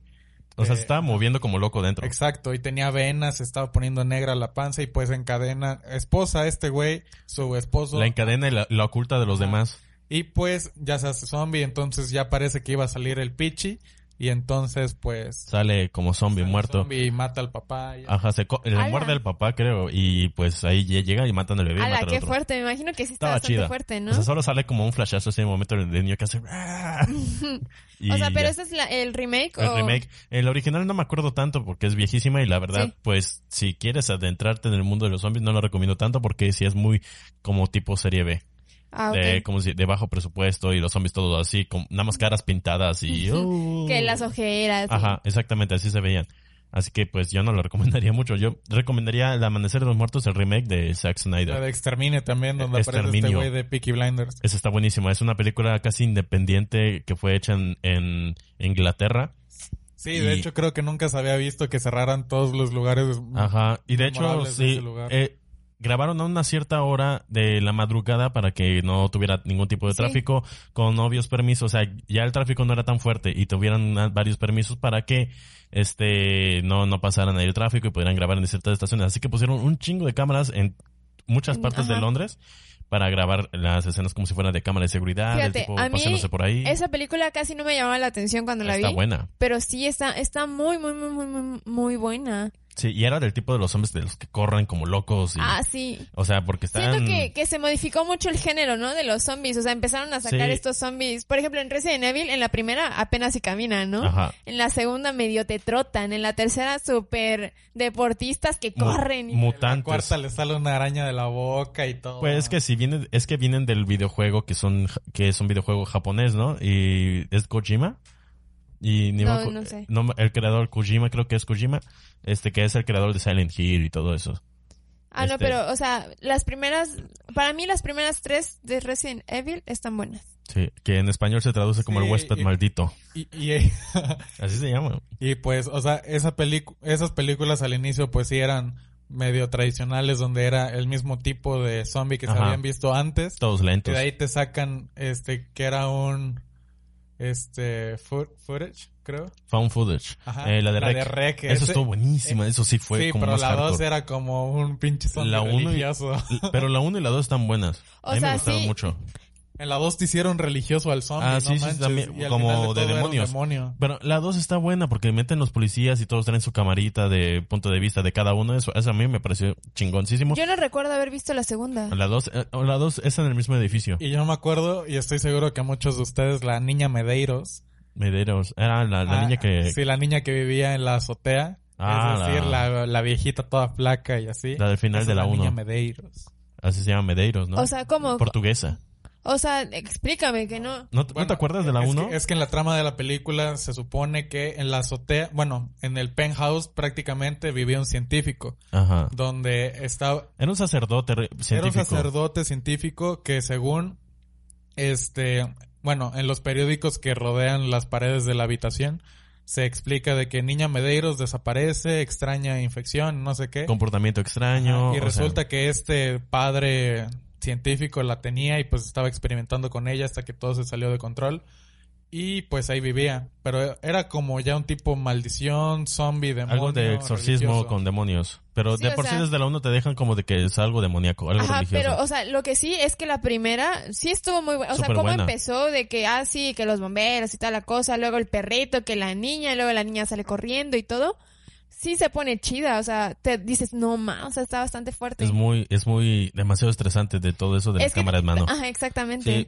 Speaker 1: o sea, se
Speaker 3: eh,
Speaker 1: estaba moviendo como loco dentro.
Speaker 3: Exacto, y tenía venas, se estaba poniendo negra la panza y pues encadena esposa este güey, su esposo
Speaker 1: La encadena y la, la oculta de los
Speaker 3: Ajá.
Speaker 1: demás.
Speaker 3: y pues ya se hace zombie, entonces ya parece que iba a salir el pichi y entonces pues
Speaker 1: Sale como zombie
Speaker 3: sale
Speaker 1: muerto. Ah,
Speaker 3: zombie y mata al papá. y-
Speaker 1: Ajá, se co- le
Speaker 2: Ala.
Speaker 1: muerde el papá, creo, y pues ahí lle- llega y matan al bebé y
Speaker 2: Ala,
Speaker 1: matan al
Speaker 2: qué
Speaker 1: otro.
Speaker 2: fuerte. Me imagino que sí está
Speaker 1: Estaba
Speaker 2: bastante
Speaker 1: chida.
Speaker 2: fuerte, ¿no?
Speaker 1: O sea, solo sale como un flashazo ese momento del niño que hace. "Ah", Y
Speaker 2: O sea, pero
Speaker 1: ya.
Speaker 2: ese es la- el remake.
Speaker 1: El
Speaker 2: o-
Speaker 1: remake. El original no me acuerdo tanto porque es viejísima y la verdad,
Speaker 2: Sí.
Speaker 1: pues si quieres adentrarte en el mundo de los zombies no lo recomiendo tanto porque si es muy como tipo serie B,
Speaker 2: Ah, ok.
Speaker 1: de, como si, de bajo presupuesto y los zombies todos así, con nada más caras pintadas y... uh.
Speaker 2: Que las ojeras. y-
Speaker 1: Ajá, exactamente, así se veían. Así que pues yo no lo recomendaría mucho. Yo recomendaría El Amanecer de los Muertos, el remake de Zack
Speaker 3: La
Speaker 1: Snyder.
Speaker 3: de Extermine también, donde aparece este
Speaker 1: Exterminio.
Speaker 3: güey de Peaky Blinders.
Speaker 1: Esa está buenísima. Es una película casi independiente que fue hecha en, en Inglaterra.
Speaker 3: Sí, de
Speaker 1: Y-
Speaker 3: hecho creo que nunca se había visto que cerraran todos los lugares.
Speaker 1: Ajá, y de hecho,
Speaker 3: memorables de
Speaker 1: sí,
Speaker 3: ese lugar.
Speaker 1: eh, grabaron a una cierta hora de la madrugada para que no tuviera ningún tipo de
Speaker 2: Sí.
Speaker 1: tráfico, con obvios permisos, o sea, ya el tráfico no era tan fuerte y tuvieran ah, varios permisos para que este no, no pasaran ahí el tráfico y pudieran grabar en ciertas estaciones. Así que pusieron un chingo de cámaras en muchas
Speaker 2: En-
Speaker 1: partes de
Speaker 2: Mm, ajá.
Speaker 1: Londres para grabar las escenas como si fueran de cámara de seguridad, el
Speaker 2: Fíjate,
Speaker 1: tipo
Speaker 2: a mí
Speaker 1: paseándose por ahí.
Speaker 2: Esa película casi no me llamaba la atención cuando la
Speaker 1: Está
Speaker 2: vi.
Speaker 1: buena.
Speaker 2: Pero sí está, está muy, muy, muy, muy, muy, muy buena.
Speaker 1: Sí, y era del tipo de los hombres de los que corren como locos. Y,
Speaker 2: Ah, sí.
Speaker 1: o sea, porque están...
Speaker 2: Siento que, que se modificó mucho el género, ¿no? De los zombies. O sea, empezaron a sacar
Speaker 1: Sí.
Speaker 2: estos zombies. Por ejemplo, en Resident Evil, en la primera apenas si camina, ¿no?
Speaker 1: Ajá.
Speaker 2: En la segunda medio te trotan. En la tercera súper deportistas que
Speaker 1: Mu-
Speaker 2: corren. y-
Speaker 3: La
Speaker 1: mutantes.
Speaker 3: cuarta le sale una araña de la boca y todo.
Speaker 1: Pues es que si vienen, es que vienen del videojuego que son, que es un videojuego japonés, ¿no? Y es Kojima. Y ni me
Speaker 2: No,
Speaker 1: acu-
Speaker 2: no sé.
Speaker 1: no me- el creador Kojima, creo que es Kojima, este que es el creador de Silent Hill y todo eso.
Speaker 2: Ah, no,
Speaker 1: este-
Speaker 2: pero, o sea, las primeras... Para mí las primeras tres de Resident Evil están buenas.
Speaker 1: Sí, que en español se traduce como
Speaker 3: Sí,
Speaker 1: el huésped
Speaker 3: y-
Speaker 1: maldito.
Speaker 3: Y, y-
Speaker 1: Así se llama.
Speaker 3: y, pues, o sea, esa pelicu- esas películas al inicio pues sí eran medio tradicionales, donde era el mismo tipo de zombie que se
Speaker 1: Ajá. Pues-
Speaker 3: habían visto antes.
Speaker 1: Todos
Speaker 3: Y
Speaker 1: lentos.
Speaker 3: de ahí te sacan este que era un este fu- footage, creo.
Speaker 1: Found Footage.
Speaker 3: Ajá.
Speaker 1: Eh, la de
Speaker 3: la
Speaker 1: Rec.
Speaker 3: de Rec.
Speaker 1: Eso
Speaker 3: ese- eh,
Speaker 1: estuvo buenísima, eso sí fue
Speaker 3: sí,
Speaker 1: como
Speaker 3: pero
Speaker 1: más
Speaker 3: la 2
Speaker 1: hardcore.
Speaker 3: era como un pinche zombie
Speaker 1: La uno y-
Speaker 3: religioso.
Speaker 1: Pero la 1 y la 2 están buenas.
Speaker 2: O
Speaker 1: a mí
Speaker 2: sea,
Speaker 1: me gustaron
Speaker 2: sí.
Speaker 1: mucho.
Speaker 3: En la 2 te hicieron religioso al zombie,
Speaker 1: Ah,
Speaker 3: no
Speaker 1: sí, sí,
Speaker 3: manches,
Speaker 1: también,
Speaker 3: y al
Speaker 1: como
Speaker 3: final
Speaker 1: de
Speaker 3: todo era un
Speaker 1: demonios.
Speaker 3: demonio.
Speaker 1: Pero la 2 está buena porque meten los policías y todos traen su camarita de punto de vista de cada uno. Eso, eso a mí me pareció chingoncísimo.
Speaker 2: Yo no recuerdo haber visto la segunda.
Speaker 1: La 2 eh, la dos es en el mismo edificio.
Speaker 3: Y yo me acuerdo, y estoy seguro que muchos de ustedes, la niña Medeiros.
Speaker 1: Medeiros. Era la, la
Speaker 3: ah,
Speaker 1: niña que...
Speaker 3: Sí, la niña que vivía en la azotea.
Speaker 1: Ah,
Speaker 3: es decir,
Speaker 1: la-
Speaker 3: la... la viejita toda flaca y así.
Speaker 1: La del final
Speaker 3: Esa
Speaker 1: de
Speaker 3: es
Speaker 1: la
Speaker 3: niña
Speaker 1: 1.
Speaker 3: Medeiros.
Speaker 1: Así se llama Medeiros, ¿no?
Speaker 2: O sea, ¿cómo?
Speaker 1: Portuguesa.
Speaker 2: O sea, explícame que no.
Speaker 1: ¿No, te- no
Speaker 3: Bueno,
Speaker 1: te acuerdas de la
Speaker 3: es
Speaker 1: 1?
Speaker 3: que- Es que en la trama de la película se supone que en la azotea, bueno, en el penthouse prácticamente vivía un científico,
Speaker 1: Ajá.
Speaker 3: donde estaba,
Speaker 1: Era un sacerdote re- científico.
Speaker 3: era un sacerdote científico que según, este, bueno, en los periódicos que rodean las paredes de la habitación, se explica de que Niña Medeiros desaparece, extraña infección, no sé qué.
Speaker 1: Comportamiento extraño.
Speaker 3: y
Speaker 1: o sea,
Speaker 3: resulta que este padre científico la tenía y pues estaba experimentando con ella hasta que todo se salió de control. Y pues ahí vivía. Pero era como ya un tipo maldición, zombie, demonio.
Speaker 1: algo de exorcismo
Speaker 3: religioso.
Speaker 1: con demonios. Pero
Speaker 2: Sí,
Speaker 1: de
Speaker 2: o
Speaker 1: por sí
Speaker 2: sea-
Speaker 1: desde la 1 te dejan como de que es algo demoníaco, algo
Speaker 2: Ajá,
Speaker 1: religioso.
Speaker 2: pero, o sea, lo que sí es que la primera sí estuvo muy buena. O sea,
Speaker 1: Súper
Speaker 2: cómo
Speaker 1: buena.
Speaker 2: empezó de que, ah, sí, que los bomberos y tal la cosa, luego el perrito, que la niña, y luego la niña sale corriendo y todo. Sí se pone chida, o sea, te dices, no más, o sea, está bastante fuerte.
Speaker 1: Es muy, es muy demasiado estresante de todo eso de las
Speaker 2: Es que- ah,
Speaker 1: cámaras, mano.
Speaker 2: Ajá, exactamente.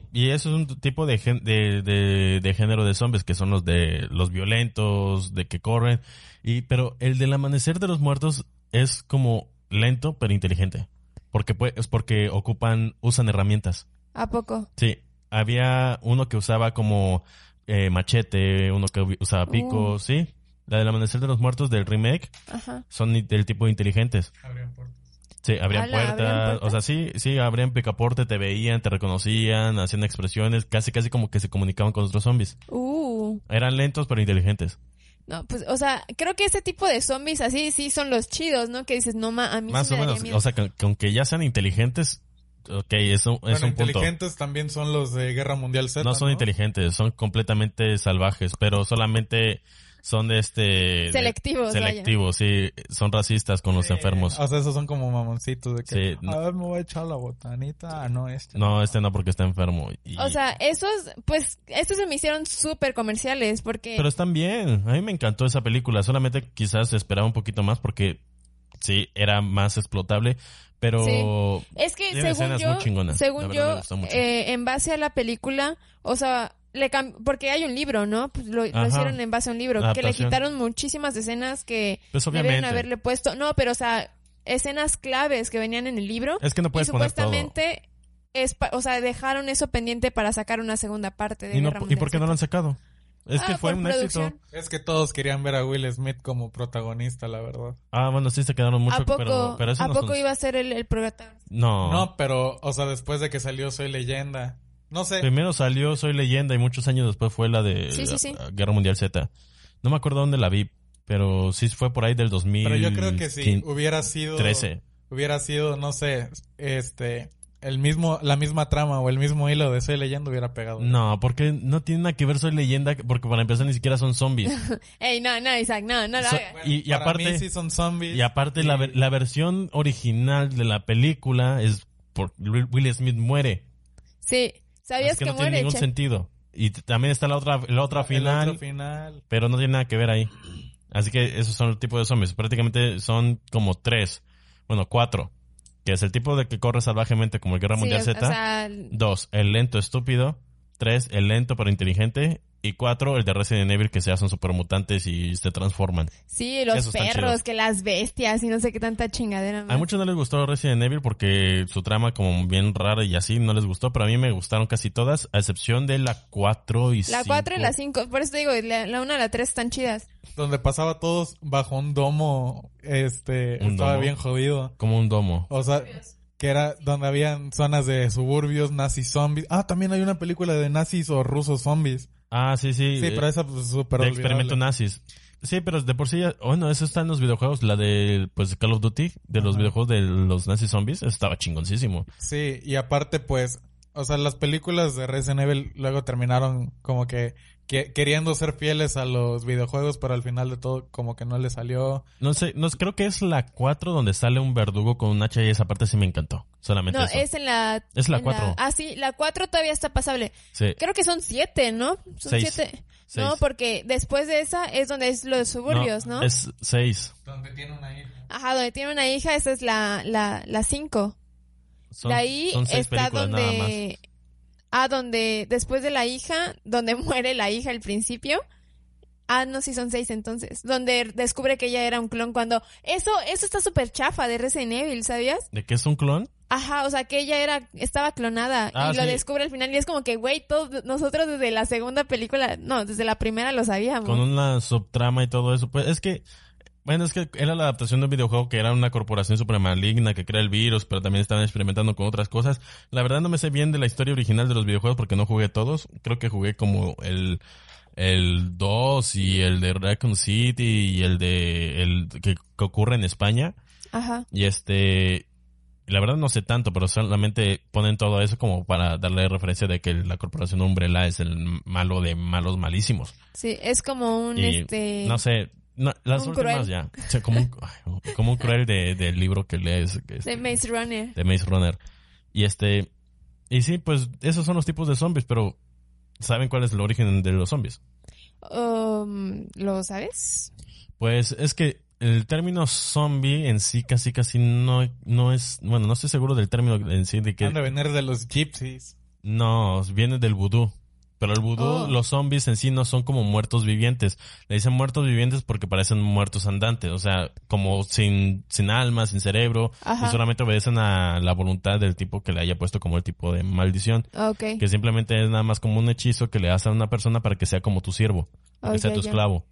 Speaker 1: Sí, y eso es un tipo de, gen- de, de, de género de zombies que son los de los violentos, de que corren. Y, pero el del amanecer de los muertos es como lento pero inteligente. Porque pue- es porque ocupan, usan herramientas.
Speaker 2: ¿A poco?
Speaker 1: Sí. Había uno que usaba como eh, machete, uno que ubi- usaba pico,
Speaker 2: Uh.
Speaker 1: sí. La del amanecer de los muertos del remake
Speaker 2: Ajá.
Speaker 1: son i- del tipo inteligentes.
Speaker 3: Abrían puertas.
Speaker 1: Sí, abrían
Speaker 2: Ala,
Speaker 1: puertas,
Speaker 2: abrían
Speaker 1: o
Speaker 2: puertas.
Speaker 1: sea, sí, sí, abrían picaporte, te veían, te reconocían, hacían expresiones, casi, casi como que se comunicaban con otros zombies.
Speaker 2: Uh.
Speaker 1: Eran lentos pero inteligentes.
Speaker 2: No, pues, o sea, creo que ese tipo de zombies así sí son los chidos, ¿no? Que dices, no, ma, a mí
Speaker 1: Más
Speaker 2: sí
Speaker 1: o
Speaker 2: me daría
Speaker 1: menos,
Speaker 2: miedo.
Speaker 1: o sea, con, con que ya sean inteligentes, ok, eso es
Speaker 3: Bueno,
Speaker 1: un punto.
Speaker 3: inteligentes también son los de Guerra Mundial Z.
Speaker 1: No son inteligentes, son completamente salvajes, pero solamente son de este... de-
Speaker 2: selectivos,
Speaker 1: selectivos, sí, son racistas con
Speaker 3: Eh,
Speaker 1: los enfermos.
Speaker 3: O sea, esos son como mamoncitos de que.
Speaker 1: Sí, no.
Speaker 3: A ver, me voy a echar la botanita. Ah, no, este.
Speaker 1: No, este no porque está enfermo. y-
Speaker 2: vaya. O sea, esos, pues, estos se me hicieron súper comerciales porque...
Speaker 1: Pero están bien. A mí me encantó esa película. Solamente quizás esperaba un poquito más porque sí, era más explotable. Pero
Speaker 2: Sí. Es que
Speaker 1: Tiene
Speaker 2: según
Speaker 1: escenas
Speaker 2: yo,
Speaker 1: muy chingonas. La
Speaker 2: según
Speaker 1: verdad me
Speaker 2: yo,
Speaker 1: gustó mucho.
Speaker 2: eh, en base a la película, o sea, le cam- porque hay un libro, ¿no? Pues lo, lo
Speaker 1: Ajá.
Speaker 2: hicieron en base a un libro, que le
Speaker 1: Adaptación.
Speaker 2: quitaron muchísimas escenas que
Speaker 1: pues
Speaker 2: debieron
Speaker 1: obviamente.
Speaker 2: haberle puesto, no, pero o sea, escenas claves que venían en el libro
Speaker 1: Es que no
Speaker 2: y
Speaker 1: puedes poner todo.
Speaker 2: supuestamente es pa- o sea, dejaron eso pendiente para sacar una segunda parte de
Speaker 1: Y, no- ¿y
Speaker 2: Guerra Mundial
Speaker 1: por qué no
Speaker 2: Z.
Speaker 1: lo han sacado? Es que
Speaker 2: Ah,
Speaker 1: fue
Speaker 2: por
Speaker 1: un éxito.
Speaker 2: producción.
Speaker 3: Es que todos querían ver a Will Smith como protagonista, la verdad.
Speaker 1: Ah, bueno, sí se quedaron mucho,
Speaker 2: ¿A poco,
Speaker 1: pero, pero eso
Speaker 2: ¿a
Speaker 1: no
Speaker 2: poco
Speaker 1: son-
Speaker 2: iba a ser el, el protagonista?
Speaker 1: No.
Speaker 3: No, pero, o sea, después de que salió Soy Leyenda. No sé.
Speaker 1: Primero salió Soy Leyenda y muchos años después fue la de
Speaker 2: Sí, sí, sí.
Speaker 1: la- Guerra Mundial Z. No me acuerdo dónde la vi, pero sí fue por ahí del 2000.
Speaker 3: Pero yo creo que si hubiera sido.
Speaker 1: 13.
Speaker 3: hubiera sido, no sé, este, el mismo, la misma trama o el mismo hilo de Soy Leyenda hubiera pegado.
Speaker 1: No, porque no tiene nada que ver Soy Leyenda, porque para empezar ni siquiera son zombies.
Speaker 2: Ey, no, no, Isaac, no, no lo
Speaker 1: So-
Speaker 2: hagas.
Speaker 3: Bueno,
Speaker 1: Y- y
Speaker 3: para
Speaker 1: aparte-
Speaker 3: mí sí son zombies.
Speaker 1: Y aparte la, ver- la versión original de la película es por Will Will Smith muere.
Speaker 2: Sí, sabías
Speaker 1: Es que,
Speaker 2: que,
Speaker 1: no tiene
Speaker 2: muere,
Speaker 1: ningún
Speaker 2: che?
Speaker 1: sentido. Y t- también está la otra la otra
Speaker 3: El
Speaker 1: final,
Speaker 3: otro final.
Speaker 1: pero no tiene nada que ver ahí. Así que esos son el tipo de zombies. Prácticamente son como tres, bueno cuatro, que es el tipo de que corre salvajemente como el Guerra
Speaker 2: Sí,
Speaker 1: Mundial
Speaker 2: o-
Speaker 1: Z.
Speaker 2: o sea,
Speaker 1: Dos, el lento estúpido. Tres, el lento pero inteligente. Y cuatro, el de Resident Evil que se hacen supermutantes y se transforman.
Speaker 2: Sí, los
Speaker 1: Esos están
Speaker 2: perros,
Speaker 1: chidos.
Speaker 2: que las bestias y no sé qué tanta chingadera.
Speaker 1: A
Speaker 2: más.
Speaker 1: muchos no les gustó Resident Evil porque su trama como bien rara y así no les gustó, pero a mí me gustaron casi todas, a excepción de la 4 y 5.
Speaker 2: La 4 y la 5, por eso te digo, la, la 1 y la 3 están chidas.
Speaker 3: Donde pasaba todos bajo un domo, este,
Speaker 1: ¿Un
Speaker 3: estaba
Speaker 1: domo?
Speaker 3: bien jodido.
Speaker 1: Como un domo.
Speaker 3: O sea, que era donde habían zonas de suburbios, nazis zombies. Ah, también hay una película de nazis o rusos zombies.
Speaker 1: Ah, sí, sí.
Speaker 3: Sí,
Speaker 1: eh,
Speaker 3: pero esa pues, súper
Speaker 1: de
Speaker 3: olvidable.
Speaker 1: experimento nazis. Sí, pero de por sí, ya- bueno, eso está en los videojuegos, la de pues Call of Duty, de los
Speaker 3: Ajá.
Speaker 1: videojuegos de los nazis zombies, estaba chingoncísimo.
Speaker 3: Sí, y aparte pues, o sea, las películas de Resident Evil luego terminaron como que que- queriendo ser fieles a los videojuegos, pero al final de todo como que no le salió.
Speaker 1: No sé, no, creo que es la 4 donde sale un verdugo con un hacha y esa parte sí me encantó. Solamente
Speaker 2: No,
Speaker 1: eso.
Speaker 2: es en la...
Speaker 1: Es la
Speaker 2: en
Speaker 1: cuatro.
Speaker 2: Ah, sí, la 4 todavía está pasable.
Speaker 1: Sí,
Speaker 2: Creo que son siete, ¿no? Son
Speaker 1: Seis.
Speaker 2: siete.
Speaker 1: seis.
Speaker 2: No, porque después de esa es donde es los suburbios, ¿no?
Speaker 1: Es 6.
Speaker 3: Donde tiene una hija.
Speaker 2: Ajá, donde tiene una hija, esa es la, la, la cinco. de ahí
Speaker 1: son seis
Speaker 2: está
Speaker 1: películas nada más.
Speaker 2: donde... Ah, donde después de la hija, donde muere la hija al principio. Ah, no, sí son seis entonces. Donde descubre que ella era un clon cuando... Eso, eso está súper chafa de Resident Evil, ¿sabías?
Speaker 1: ¿De que es un clon?
Speaker 2: Ajá, o sea, que ella era, estaba clonada
Speaker 1: Ah,
Speaker 2: y lo
Speaker 1: sí.
Speaker 2: descubre al final y es como que, güey, todos nosotros desde la segunda película, no, desde la primera lo sabíamos.
Speaker 1: Con una subtrama y todo eso. Pues es que. Bueno, es que era la adaptación de un videojuego que era una corporación supramaligna que crea el virus, pero también estaban experimentando con otras cosas. La verdad no me sé bien de la historia original de los videojuegos porque no jugué todos. Creo que jugué como el el 2 y el de Raccoon City y el de el que, que ocurre en España.
Speaker 2: Ajá.
Speaker 1: Y este, la verdad no sé tanto, pero solamente ponen todo eso como para darle referencia de que la corporación Umbrella es el malo de malos malísimos.
Speaker 2: Sí, es como un
Speaker 1: Y,
Speaker 2: este
Speaker 1: No sé, no, las
Speaker 2: Un
Speaker 1: últimas
Speaker 2: Cruel.
Speaker 1: ya. O sea, como, un, ay, como un cruel de- del libro que lees. que es-
Speaker 2: de Maze Runner.
Speaker 1: de Maze Runner. Y este, y sí, pues esos son los tipos de zombies, pero ¿saben cuál es el origen de los zombies?
Speaker 2: Um, ¿Lo sabes?
Speaker 1: Pues es que el término zombie en sí casi casi no, no es, bueno, no estoy seguro del término en sí de que...
Speaker 3: Han de venir de los gypsies.
Speaker 1: No, viene del vudú. Pero el vudú,
Speaker 2: Oh.
Speaker 1: los zombies en sí no son como muertos vivientes. Le dicen muertos vivientes porque parecen muertos andantes. O sea, como sin, sin alma, sin cerebro.
Speaker 2: Ajá.
Speaker 1: Y solamente obedecen a la voluntad del tipo que le haya puesto como el tipo de maldición.
Speaker 2: Ok.
Speaker 1: Que simplemente es nada más como un hechizo que le hace a una persona para que sea como tu siervo. para
Speaker 2: Ok,
Speaker 1: que sea tu
Speaker 2: ya.
Speaker 1: esclavo.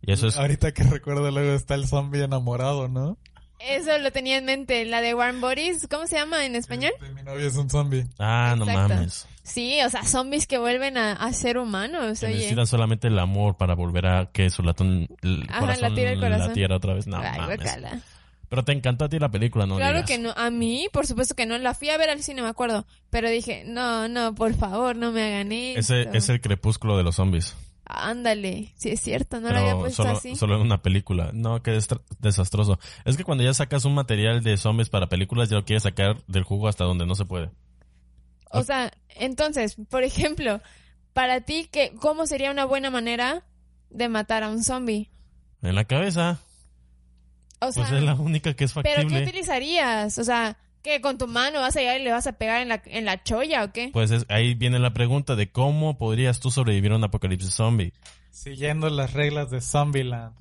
Speaker 1: Y eso es...
Speaker 3: Ahorita que recuerdo luego está el zombie enamorado, ¿no?
Speaker 2: Eso lo tenía en mente, la de Warm Bodies, ¿cómo se llama en español?
Speaker 3: Este, mi novio es un zombie.
Speaker 1: Ah, no
Speaker 2: Exacto.
Speaker 1: mames.
Speaker 2: Sí, o sea, zombies que vuelven a, a ser humanos,
Speaker 1: Que
Speaker 2: oye.
Speaker 1: necesitan solamente el amor para volver a que su latón... El
Speaker 2: Ajá,
Speaker 1: corazón
Speaker 2: latiera el corazón.
Speaker 1: latiera otra vez. No
Speaker 2: Ay,
Speaker 1: mames.
Speaker 2: guácala.
Speaker 1: Pero te encantó a ti la película, ¿no?
Speaker 2: Claro
Speaker 1: digas.
Speaker 2: que no, a mí, por supuesto que no, la fui a ver al cine, me acuerdo, pero dije, no, no, por favor, no me hagan eso.
Speaker 1: Ese es el crepúsculo de los zombies.
Speaker 2: Ándale, sí es cierto, no lo había
Speaker 1: pero
Speaker 2: puesto
Speaker 1: solo,
Speaker 2: así.
Speaker 1: solo en una película. No, qué destra- desastroso. Es que cuando ya sacas un material de zombies para películas, ya lo quieres sacar del jugo hasta donde no se puede.
Speaker 2: O sea, entonces, por ejemplo, para ti, ¿qué, ¿cómo sería una buena manera de matar a un zombie?
Speaker 1: En la cabeza,
Speaker 2: O sea,
Speaker 1: pues es la única que es
Speaker 2: ¿pero qué
Speaker 1: factible.
Speaker 2: utilizarías? O sea, ¿qué con tu mano vas a llegar y le vas a pegar en la, en la cholla o qué?
Speaker 1: Pues es- ahí viene la pregunta de cómo podrías tú sobrevivir a un apocalipsis zombie.
Speaker 3: Siguiendo las reglas de Zombieland.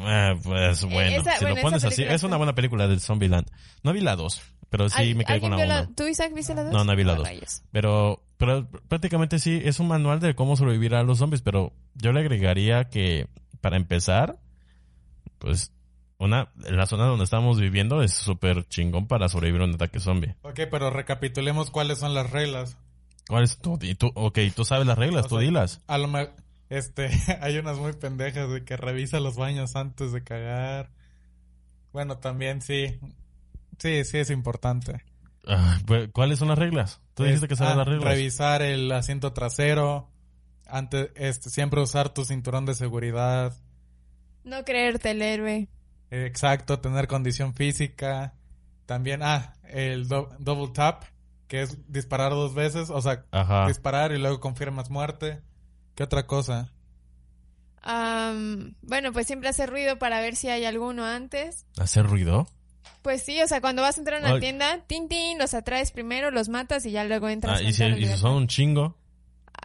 Speaker 1: Ah, pues bueno,
Speaker 2: Eh, esa-
Speaker 1: si
Speaker 2: bueno,
Speaker 1: lo
Speaker 2: esa
Speaker 1: pones así,
Speaker 2: película
Speaker 1: es una
Speaker 2: está-
Speaker 1: buena película del Zombieland. No vi la 2, pero Pues sí
Speaker 2: ¿Al-
Speaker 1: me quedé
Speaker 2: alguien
Speaker 1: con la
Speaker 2: vio
Speaker 1: 1.
Speaker 2: ¿Tú, Isaac, viste la dos?
Speaker 1: No, no vi la
Speaker 2: Ah,
Speaker 1: dos.
Speaker 2: rayos.
Speaker 1: Pero, pero prácticamente sí, es un manual de cómo sobrevivir a los zombies, pero yo le agregaría que para empezar, pues una la zona donde estamos viviendo es súper chingón para sobrevivir a un ataque zombie.
Speaker 3: Ok, pero recapitulemos cuáles son las reglas.
Speaker 1: ¿Cuál es tu, y tú, ok, tú sabes las reglas,
Speaker 3: O
Speaker 1: tú
Speaker 3: sea-
Speaker 1: dilas.
Speaker 3: A lo mejor, este, hay unas muy pendejas de que revisa los baños antes de cagar. Bueno, también sí. Sí, sí es importante.
Speaker 1: Ah, pues, ¿Cuáles son las reglas? Tú dijiste que sabes
Speaker 3: Ah,
Speaker 1: las reglas.
Speaker 3: Revisar el asiento trasero. Antes, este, siempre usar tu cinturón de seguridad.
Speaker 2: No creerte el héroe.
Speaker 3: Exacto, tener condición física. También, ah, el do- double tap, que es disparar dos veces, o sea,
Speaker 1: Ajá.
Speaker 3: disparar y luego confirmas muerte. ¿Qué otra cosa?
Speaker 2: Am, bueno, pues siempre hace ruido para ver si hay alguno antes.
Speaker 1: ¿Hacer ruido?
Speaker 2: Pues sí, o sea, cuando vas a entrar a una
Speaker 1: Ay.
Speaker 2: tienda, tin, tin, los atraes primero, los matas y ya luego entras.
Speaker 1: Ah,
Speaker 2: a
Speaker 1: y si,
Speaker 2: entrar al
Speaker 1: y si
Speaker 2: lugar.
Speaker 1: son un chingo.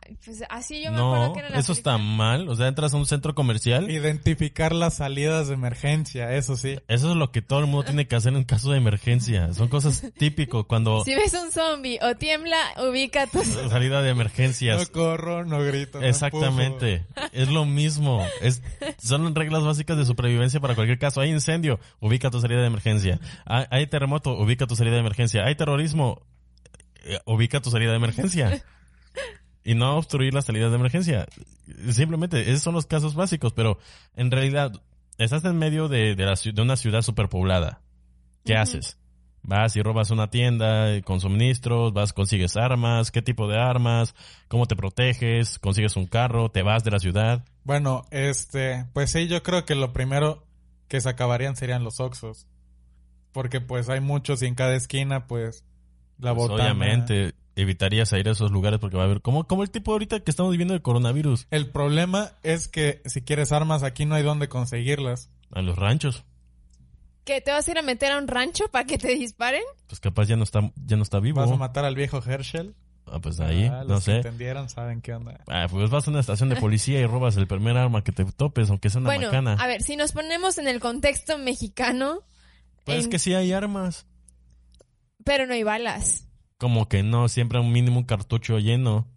Speaker 2: Ay, pues así yo me acuerdo
Speaker 1: No,
Speaker 2: que era la
Speaker 1: eso está
Speaker 2: película.
Speaker 1: mal. O sea, entras a un centro comercial.
Speaker 3: Identificar las salidas de emergencia, eso sí.
Speaker 1: Eso es lo que todo el mundo tiene que hacer en caso de emergencia. Son cosas típicas cuando
Speaker 2: Si ves un zombie o tiembla, ubica tus...
Speaker 1: salida de
Speaker 3: No
Speaker 1: emergencias.
Speaker 3: corro, no grito. no
Speaker 1: Exactamente. Es lo mismo. Es, son reglas básicas de supervivencia para cualquier caso. Hay incendio, ubica tu salida de emergencia. Hay, hay terremoto, ubica tu salida de emergencia. Hay terrorismo, eh, ubica tu salida de emergencia. Y no obstruir las salidas de emergencia. Simplemente, esos son los casos básicos, pero en realidad, estás en medio de, de la ciu- de una ciudad superpoblada. ¿Qué
Speaker 2: Ujú.
Speaker 1: haces? Vas y robas una tienda eh, con suministros, vas, consigues armas, qué tipo de armas, cómo te proteges, consigues un carro, te vas de la ciudad.
Speaker 3: Bueno, este, pues sí, yo creo que lo primero que se acabarían serían los Oxos. Porque pues hay muchos y en cada esquina, pues, la
Speaker 1: Pues,
Speaker 3: botana.
Speaker 1: obviamente, evitarías a ir a esos lugares porque va a haber, como, como el tipo ahorita que estamos viviendo del coronavirus,
Speaker 3: El problema es que si quieres armas aquí no hay dónde conseguirlas.
Speaker 1: a los ranchos.
Speaker 2: ¿Que te vas a ir a meter a un rancho para que te disparen?
Speaker 1: Pues capaz ya no está, ya no está vivo.
Speaker 3: Vas a matar al viejo Herschel.
Speaker 1: Ah, pues ahí,
Speaker 3: Ah, los
Speaker 1: no
Speaker 3: que
Speaker 1: sé.
Speaker 3: entendieron saben qué onda.
Speaker 1: Ah, pues vas a una estación de policía y robas el primer arma que te topes, aunque sea una
Speaker 2: bueno,
Speaker 1: macana.
Speaker 2: a ver, si nos ponemos en el contexto mexicano,
Speaker 1: Pues es
Speaker 2: en-
Speaker 1: que sí hay armas.
Speaker 2: pero no hay balas.
Speaker 1: Como que no, siempre un mínimo un cartucho lleno.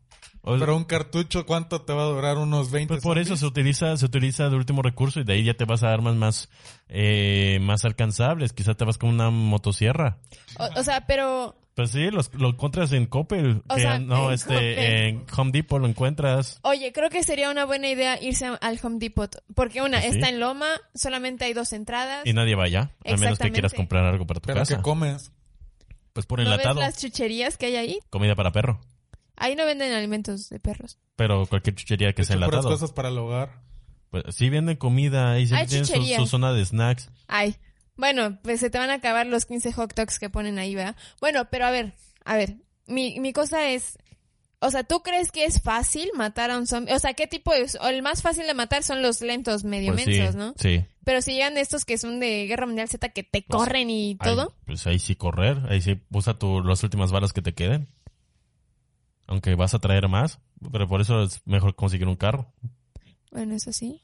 Speaker 1: O-
Speaker 3: Pero un cartucho, ¿cuánto te va a durar? Unos 20
Speaker 1: pues por eso se utiliza, se utiliza de último recurso y de ahí ya te vas a armas más, eh, más alcanzables. Quizá te vas con una motosierra.
Speaker 2: O, o sea, pero
Speaker 1: Pues sí, los, lo encuentras en Coppel.
Speaker 2: O
Speaker 1: que
Speaker 2: sea,
Speaker 1: no,
Speaker 2: en
Speaker 1: este,
Speaker 2: Coppel.
Speaker 1: en Home Depot lo encuentras.
Speaker 2: Oye, creo que sería una buena idea irse a- al Home Depot, porque una
Speaker 1: Pues Sí.
Speaker 2: está en Loma, solamente hay dos entradas.
Speaker 1: Y nadie va allá, a menos que
Speaker 2: Exactamente.
Speaker 1: quieras comprar algo para tu
Speaker 3: Pero
Speaker 1: casa.
Speaker 3: que comes.
Speaker 1: Pues por
Speaker 2: ¿No ves
Speaker 1: enlatado,
Speaker 2: las chucherías que hay ahí?
Speaker 1: comida para perro.
Speaker 2: Ahí no venden alimentos de perros.
Speaker 1: Pero cualquier chuchería que
Speaker 3: Que
Speaker 1: sea
Speaker 3: puras
Speaker 1: enlatado.
Speaker 3: cosas para el hogar.
Speaker 1: Pues sí venden comida, ahí
Speaker 2: Hay
Speaker 1: sí tienen su,
Speaker 2: Ah, chuchería.
Speaker 1: su zona de snacks.
Speaker 2: Ay, bueno, pues se te van a acabar los 15 hot dogs que ponen ahí, ¿verdad? Bueno, pero a ver, a ver, mi, mi cosa es, o sea, ¿tú crees que es fácil matar a un zombie? O sea, ¿qué tipo de... o el más fácil de matar son los lentos, medio
Speaker 1: Pues sí,
Speaker 2: mensos, ¿no?
Speaker 1: sí.
Speaker 2: Pero si llegan estos que son de Guerra Mundial Z que te
Speaker 1: Pues,
Speaker 2: corren y todo...
Speaker 1: Ahí, pues ahí sí correr, ahí sí usa tu, las últimas balas que te queden. Aunque vas a traer más, pero por eso es mejor conseguir un carro.
Speaker 2: Bueno, eso sí.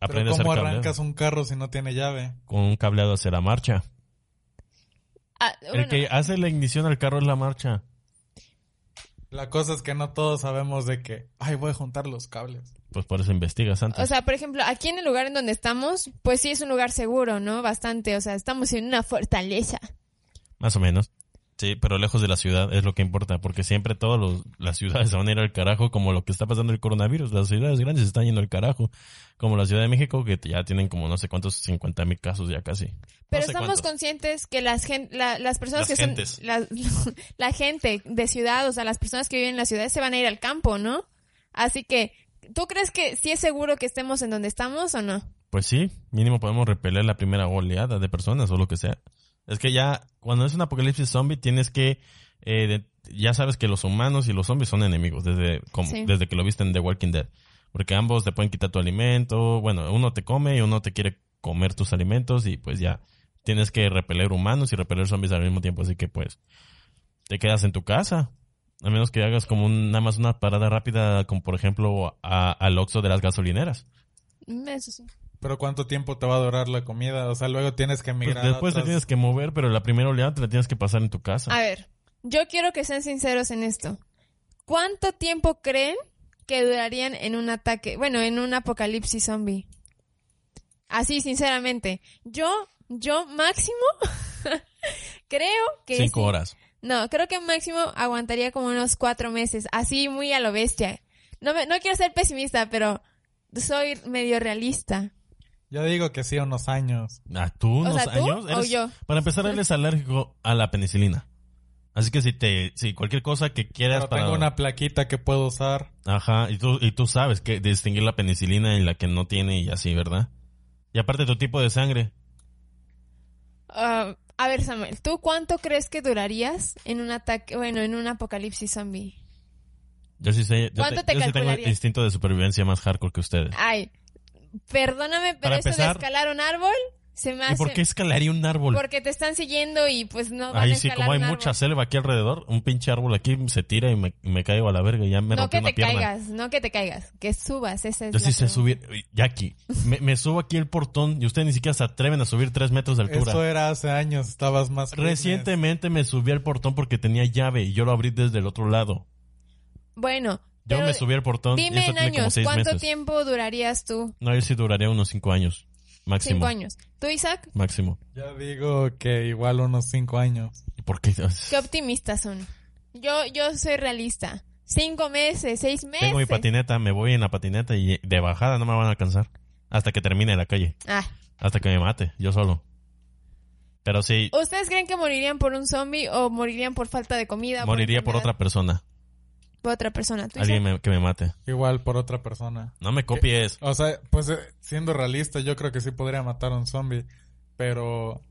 Speaker 1: Aprende a
Speaker 3: Pero ¿cómo
Speaker 1: hacer cableado.
Speaker 3: arrancas un carro si no tiene llave?
Speaker 1: Con un cableado hacia la marcha.
Speaker 2: Ah,
Speaker 1: El
Speaker 2: bueno,
Speaker 1: que hace la ignición al carro es la marcha.
Speaker 3: La cosa es que no todos sabemos de que, ay, voy a juntar los cables.
Speaker 1: Pues por eso investigas antes.
Speaker 2: O sea, por ejemplo, aquí en el lugar en donde estamos, pues sí es un lugar seguro, ¿no? Bastante, o sea, estamos en una fortaleza.
Speaker 1: más o menos. Sí, pero lejos de la ciudad es lo que importa, porque siempre todas las ciudades se van a ir al carajo, como lo que está pasando el coronavirus. Las ciudades grandes se están yendo al carajo, como la Ciudad de México, que ya tienen como no sé cuántos, 50 mil casos ya casi.
Speaker 2: Pero
Speaker 1: no sé
Speaker 2: somos
Speaker 1: cuántos.
Speaker 2: conscientes que las, gen- la- las personas
Speaker 1: Las
Speaker 2: que
Speaker 1: gentes.
Speaker 2: son... las- la gente de ciudad, o sea, las personas que viven en las ciudades se van a ir al campo, ¿no? Así que, ¿tú crees que sí es seguro que estemos en donde estamos o no?
Speaker 1: Pues sí, mínimo podemos repeler la primera oleada de personas o lo que sea. Es que ya, cuando es un apocalipsis zombie, tienes que... eh, de- ya sabes que los humanos y los zombies son enemigos desde, como-
Speaker 2: Sí.
Speaker 1: desde que lo viste en The Walking Dead. Porque ambos te pueden quitar tu alimento. Bueno, uno te come y uno te quiere comer tus alimentos y pues ya. Tienes que repeler humanos y repeler zombies al mismo tiempo. Así que pues te quedas en tu casa. A menos que hagas como un- nada más una parada rápida, como por ejemplo a- al Oxxo de las gasolineras.
Speaker 2: Mm, Eso sí.
Speaker 3: Pero ¿cuánto tiempo te va a durar la comida? O sea, luego tienes que
Speaker 1: Pues
Speaker 3: emigrar. a
Speaker 1: después te
Speaker 3: otras-
Speaker 1: tienes que mover, pero la primera oleada te la tienes que pasar en tu casa.
Speaker 2: A ver, yo quiero que sean sinceros en esto. ¿Cuánto tiempo creen que durarían en un ataque, bueno, en un apocalipsis zombie? Así, sinceramente. Yo, yo máximo, creo que...
Speaker 1: Cinco
Speaker 2: sí.
Speaker 1: horas.
Speaker 2: No, creo que máximo aguantaría como unos cuatro meses, así muy a lo bestia. No, me- no quiero ser pesimista, pero soy medio realista.
Speaker 3: Yo digo que sí, unos años.
Speaker 1: ¿A Ah, tú
Speaker 2: O
Speaker 1: unos
Speaker 2: sea, ¿tú
Speaker 1: años?
Speaker 2: o
Speaker 1: Eres-
Speaker 2: yo?
Speaker 1: Para empezar, eres alérgico a la penicilina. Así que si te, si cualquier cosa que quieras
Speaker 3: Pero
Speaker 1: para...
Speaker 3: tengo una plaquita que puedo usar.
Speaker 1: Ajá, y tú, y tú sabes que distinguir la penicilina y la que no tiene y así, ¿verdad? Y aparte tu tipo de sangre.
Speaker 2: Ah, a ver, Samuel, ¿tú cuánto crees que durarías en un ataque, bueno, en un apocalipsis zombie?
Speaker 1: Yo sí sé, yo,
Speaker 2: ¿Cuánto te
Speaker 1: yo sí tengo el
Speaker 2: calcularías?
Speaker 1: instinto de supervivencia más hardcore que ustedes.
Speaker 2: Ay, perdóname, pero
Speaker 1: Para
Speaker 2: eso
Speaker 1: empezar-
Speaker 2: de escalar un árbol se me hace...
Speaker 1: ¿Y por qué escalaría un árbol?
Speaker 2: Porque te están siguiendo y pues Ah, no van a
Speaker 1: Ahí sí,
Speaker 2: escalar
Speaker 1: como hay
Speaker 2: un árbol.
Speaker 1: mucha selva aquí alrededor, un pinche árbol aquí se tira y me, y me caigo a la verga y ya me
Speaker 2: No
Speaker 1: rompí
Speaker 2: que
Speaker 1: una
Speaker 2: te
Speaker 1: pierna.
Speaker 2: caigas, no que te caigas, que subas, esa es
Speaker 1: Yo
Speaker 2: la
Speaker 1: sí sé
Speaker 2: pregunta.
Speaker 1: subir. Uy, Jackie, me, me subo aquí el portón y ustedes ni siquiera se atreven a subir tres metros de altura.
Speaker 3: Eso era hace años, estabas más... fitness.
Speaker 1: Recientemente me subí al portón porque tenía llave y yo lo abrí desde el otro lado.
Speaker 2: Bueno,
Speaker 1: Yo
Speaker 2: pero
Speaker 1: me subí al portón y
Speaker 2: dime
Speaker 1: eso
Speaker 2: en
Speaker 1: tiene como
Speaker 2: años,
Speaker 1: seis
Speaker 2: ¿cuánto
Speaker 1: meses.
Speaker 2: tiempo durarías tú?
Speaker 1: No, yo sí duraría unos cinco años. Máximo.
Speaker 2: Cinco años. ¿Tú, Isaac?
Speaker 1: Máximo.
Speaker 3: Yo digo que igual unos cinco años.
Speaker 1: ¿Y ¿Por qué?
Speaker 2: ¿Qué optimistas son? Yo, yo soy realista. Cinco meses, seis meses.
Speaker 1: Tengo mi patineta, me voy en la patineta y de bajada no me van a alcanzar. Hasta que termine la calle.
Speaker 2: Ah,
Speaker 1: Hasta que me mate, yo solo. Pero sí,
Speaker 2: ¿Ustedes creen que morirían por un zombie o morirían por falta de comida?
Speaker 1: moriría por
Speaker 2: enfermedad?
Speaker 1: otra persona.
Speaker 2: Por otra persona. ¿Tú
Speaker 1: Alguien
Speaker 2: Isaac?
Speaker 1: me- que me mate.
Speaker 3: Igual por otra persona.
Speaker 1: No me copies.
Speaker 3: O sea, pues eh, siendo realista, yo creo que sí podría matar a un zombie. Pero,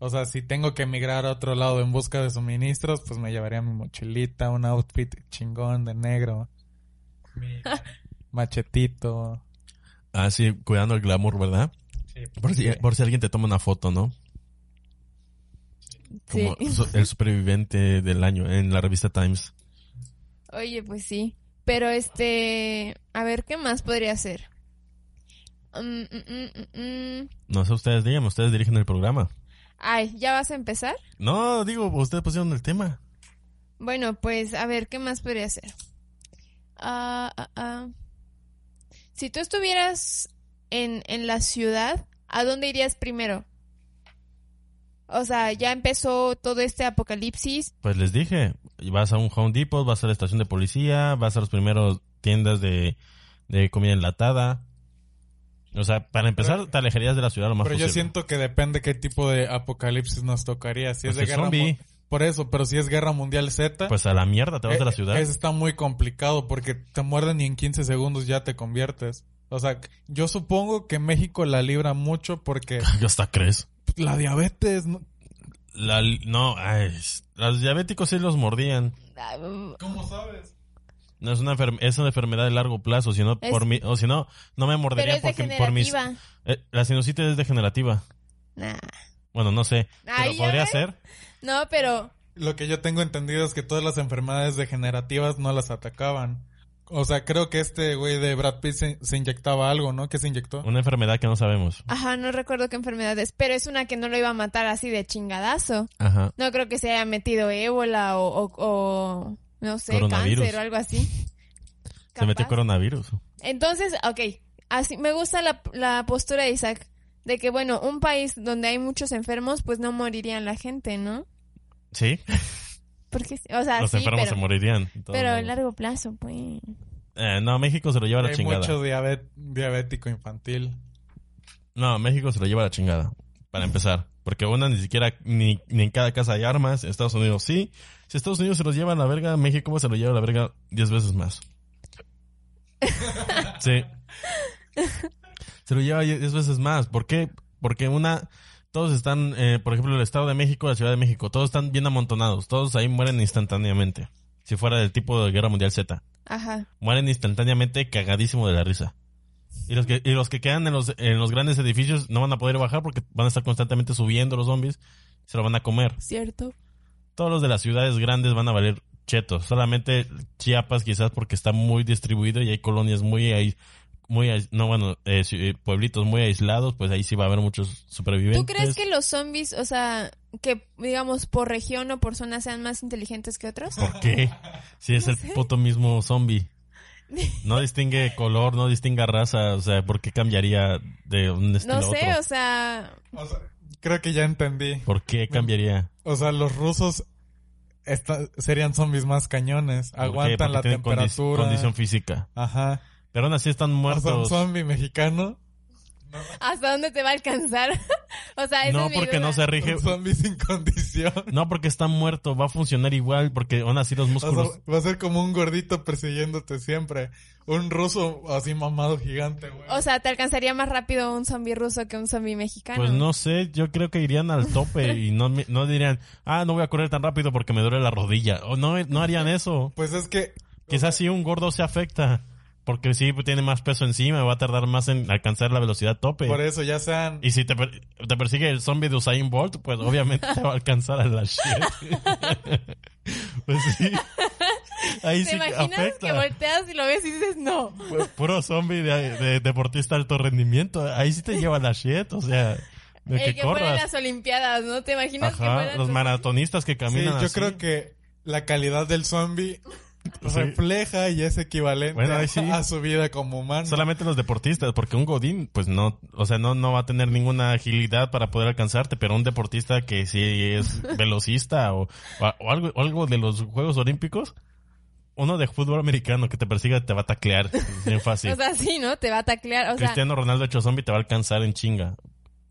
Speaker 3: o sea, si tengo que emigrar a otro lado en busca de suministros, pues me llevaría mi mochilita, un outfit chingón de negro, mi machetito.
Speaker 1: Así, Ah, cuidando el glamour, ¿verdad? Por si, por si alguien te toma una foto, ¿no?
Speaker 2: Sí.
Speaker 1: Como so- el superviviente del año en la revista Times.
Speaker 2: Oye, pues sí. Pero este, a ver, ¿qué más podría hacer? Mm, mm, mm, mm, mm.
Speaker 1: No sé, ustedes díganme, ustedes dirigen el programa.
Speaker 2: Ay, ¿ya vas a empezar?
Speaker 1: No, digo, ustedes pusieron el tema.
Speaker 2: Bueno, pues a ver, ¿qué más podría hacer? Ah, ah, ah. Si tú estuvieras en, en la ciudad, ¿a dónde irías primero? O sea, ya empezó todo este apocalipsis.
Speaker 1: Pues les dije, vas a un Home Depot, vas a la estación de policía, vas a los primeros tiendas de, de comida enlatada. O sea, para empezar, te alejarías de la ciudad lo más
Speaker 3: Pero yo
Speaker 1: posible.
Speaker 3: siento que depende qué tipo de apocalipsis nos tocaría. Si
Speaker 1: Pues
Speaker 3: es de
Speaker 1: el
Speaker 3: guerra
Speaker 1: zombie.
Speaker 3: mu- Por eso, pero si es guerra mundial Z.
Speaker 1: Pues a la mierda, te vas de la
Speaker 3: eh,
Speaker 1: ciudad.
Speaker 3: eso está muy complicado porque te muerden y en 15 segundos ya te conviertes. O sea, yo supongo que México la libra mucho porque
Speaker 1: Ya hasta crees.
Speaker 3: la diabetes. ¿no?
Speaker 1: La- no, ay, los diabéticos sí los mordían.
Speaker 2: Ah,
Speaker 3: ¿Cómo sabes?
Speaker 1: No es una, enfer- es una enfermedad de largo plazo, si no,
Speaker 2: Es-
Speaker 1: por mi- o si no, no me
Speaker 2: Pero
Speaker 1: mordería
Speaker 2: es
Speaker 1: porque por mis...
Speaker 2: degenerativa.
Speaker 1: Eh, la sinusitis es degenerativa.
Speaker 2: Nah.
Speaker 1: Bueno, no sé, pero
Speaker 2: Ay, ya
Speaker 1: podría
Speaker 2: ves.
Speaker 1: ser.
Speaker 2: No, pero
Speaker 3: Lo que yo tengo entendido es que todas las enfermedades degenerativas no las atacaban. O sea, creo que este güey de Brad Pitt se, se inyectaba algo, ¿no? ¿Qué se inyectó?
Speaker 1: Una enfermedad que no sabemos.
Speaker 2: Ajá, no recuerdo qué enfermedad es, pero es una que no lo iba a matar así de chingadazo.
Speaker 1: Ajá.
Speaker 2: No creo que se haya metido ébola o, o- o, no sé,
Speaker 1: Coronavirus.
Speaker 2: cáncer o algo así.
Speaker 1: Se metió
Speaker 2: Capaz.
Speaker 1: coronavirus.
Speaker 2: Entonces, ok, así, me gusta la, la postura de Isaac, de que, bueno, un país donde hay muchos enfermos, pues no morirían la gente, ¿no?
Speaker 1: Sí,
Speaker 2: Porque, o sea,
Speaker 1: los
Speaker 2: Ah, sí,
Speaker 1: enfermos
Speaker 2: pero,
Speaker 1: se morirían. de todos
Speaker 2: pero a
Speaker 1: modos.
Speaker 2: largo plazo, pues.
Speaker 1: Eh, no, México se lo lleva a la
Speaker 3: Hay
Speaker 1: chingada.
Speaker 3: mucho diabet- diabético infantil.
Speaker 1: No, México se lo lleva a la chingada. Para empezar. Porque una ni siquiera, ni, ni en cada casa hay armas. Estados Unidos sí. Si Estados Unidos se los lleva a la verga, México se lo lleva a la verga 10 veces más. sí. Se lo lleva 10 veces más. ¿Por qué? Porque una... Todos están, eh, por ejemplo, el Estado de México, la Ciudad de México, todos están bien amontonados, todos ahí mueren instantáneamente. Si fuera del tipo de Guerra Mundial Z
Speaker 2: Ajá.
Speaker 1: mueren instantáneamente cagadísimo de la risa. Y los que, y los que quedan en los, en los grandes edificios no van a poder bajar porque van a estar constantemente subiendo los zombies, se lo van a comer.
Speaker 2: Cierto.
Speaker 1: Todos los de las ciudades grandes van a valer chetos. Solamente Chiapas quizás porque está muy distribuido y hay colonias muy ahí, muy ais- no bueno, eh, ci- eh, pueblitos muy aislados, pues ahí sí va a haber muchos supervivientes.
Speaker 2: ¿Tú crees que los zombies, o sea, que digamos por región o por zona sean más inteligentes que otros?
Speaker 1: ¿Por qué? Si es el puto mismo zombie. No distingue color, no distingue raza, o sea, ¿por qué cambiaría de un estilo
Speaker 2: No
Speaker 1: a otro?
Speaker 2: sé, o sea,
Speaker 3: O sea, creo que ya entendí.
Speaker 1: ¿Por qué cambiaría?
Speaker 3: O sea, los rusos esta- serían zombies más cañones.
Speaker 1: ¿Por qué?
Speaker 3: Aguantan
Speaker 1: Porque
Speaker 3: la
Speaker 1: tienen condi-
Speaker 3: temperatura.
Speaker 1: condición física.
Speaker 3: Ajá.
Speaker 1: Pero aún así están
Speaker 3: O sea, un
Speaker 1: muertos.
Speaker 3: zombie mexicano.
Speaker 2: ¿hasta dónde te va a alcanzar? o sea, esa
Speaker 1: no
Speaker 2: es mi
Speaker 1: porque
Speaker 2: duda.
Speaker 1: no se rige.
Speaker 3: Un zombie sin condición.
Speaker 1: No porque está muerto. Va a funcionar igual porque aún así los
Speaker 3: O sea,
Speaker 1: músculos.
Speaker 3: va a ser como un gordito persiguiéndote siempre. Un ruso así mamado gigante, güey.
Speaker 2: O sea, te alcanzaría más rápido un zombie ruso que un zombie mexicano.
Speaker 1: Pues no sé, yo creo que irían al tope y no, me- no dirían, ah, no voy a correr tan rápido porque me duele la rodilla. O no, no harían eso.
Speaker 3: pues es que
Speaker 1: Quizás si un gordo se afecta. Porque sí, pues, tiene más peso encima, va a tardar más en alcanzar la velocidad tope.
Speaker 3: por eso ya sean.
Speaker 1: Y si te, per- te persigue el zombie de Usain Bolt, pues obviamente te va a alcanzar a la shit. pues sí. Ahí sí
Speaker 2: ¿Te
Speaker 1: que
Speaker 2: imaginas que
Speaker 1: afecta.
Speaker 2: volteas y lo ves y dices no?
Speaker 1: Pu- Puro zombie de, de deportista de alto rendimiento. Ahí sí te lleva la shit, o sea, de
Speaker 2: El
Speaker 1: que,
Speaker 2: eh, que fuera en
Speaker 1: corras.
Speaker 2: las Olimpiadas, ¿no? ¿Te imaginas que
Speaker 1: Ajá,
Speaker 2: fueran
Speaker 1: los
Speaker 2: los-
Speaker 1: maratonistas que
Speaker 3: Sí,
Speaker 1: caminan
Speaker 3: yo
Speaker 1: así.
Speaker 3: creo que la calidad del zombie
Speaker 1: Sí.
Speaker 3: refleja y es equivalente
Speaker 1: Bueno, ahí sí.
Speaker 3: a su vida como humano.
Speaker 1: Solamente los deportistas, porque un godín, pues no, o sea, no, no va a tener ninguna agilidad para poder alcanzarte, pero un deportista que sí es velocista o, o- o algo, o algo de los Juegos Olímpicos, uno de fútbol americano que te persiga te va a taclear, es bien fácil.
Speaker 2: O sea, sí, ¿no? Te va a taclear. O sea,
Speaker 1: Cristiano Ronaldo hecho zombie te va a alcanzar en chinga.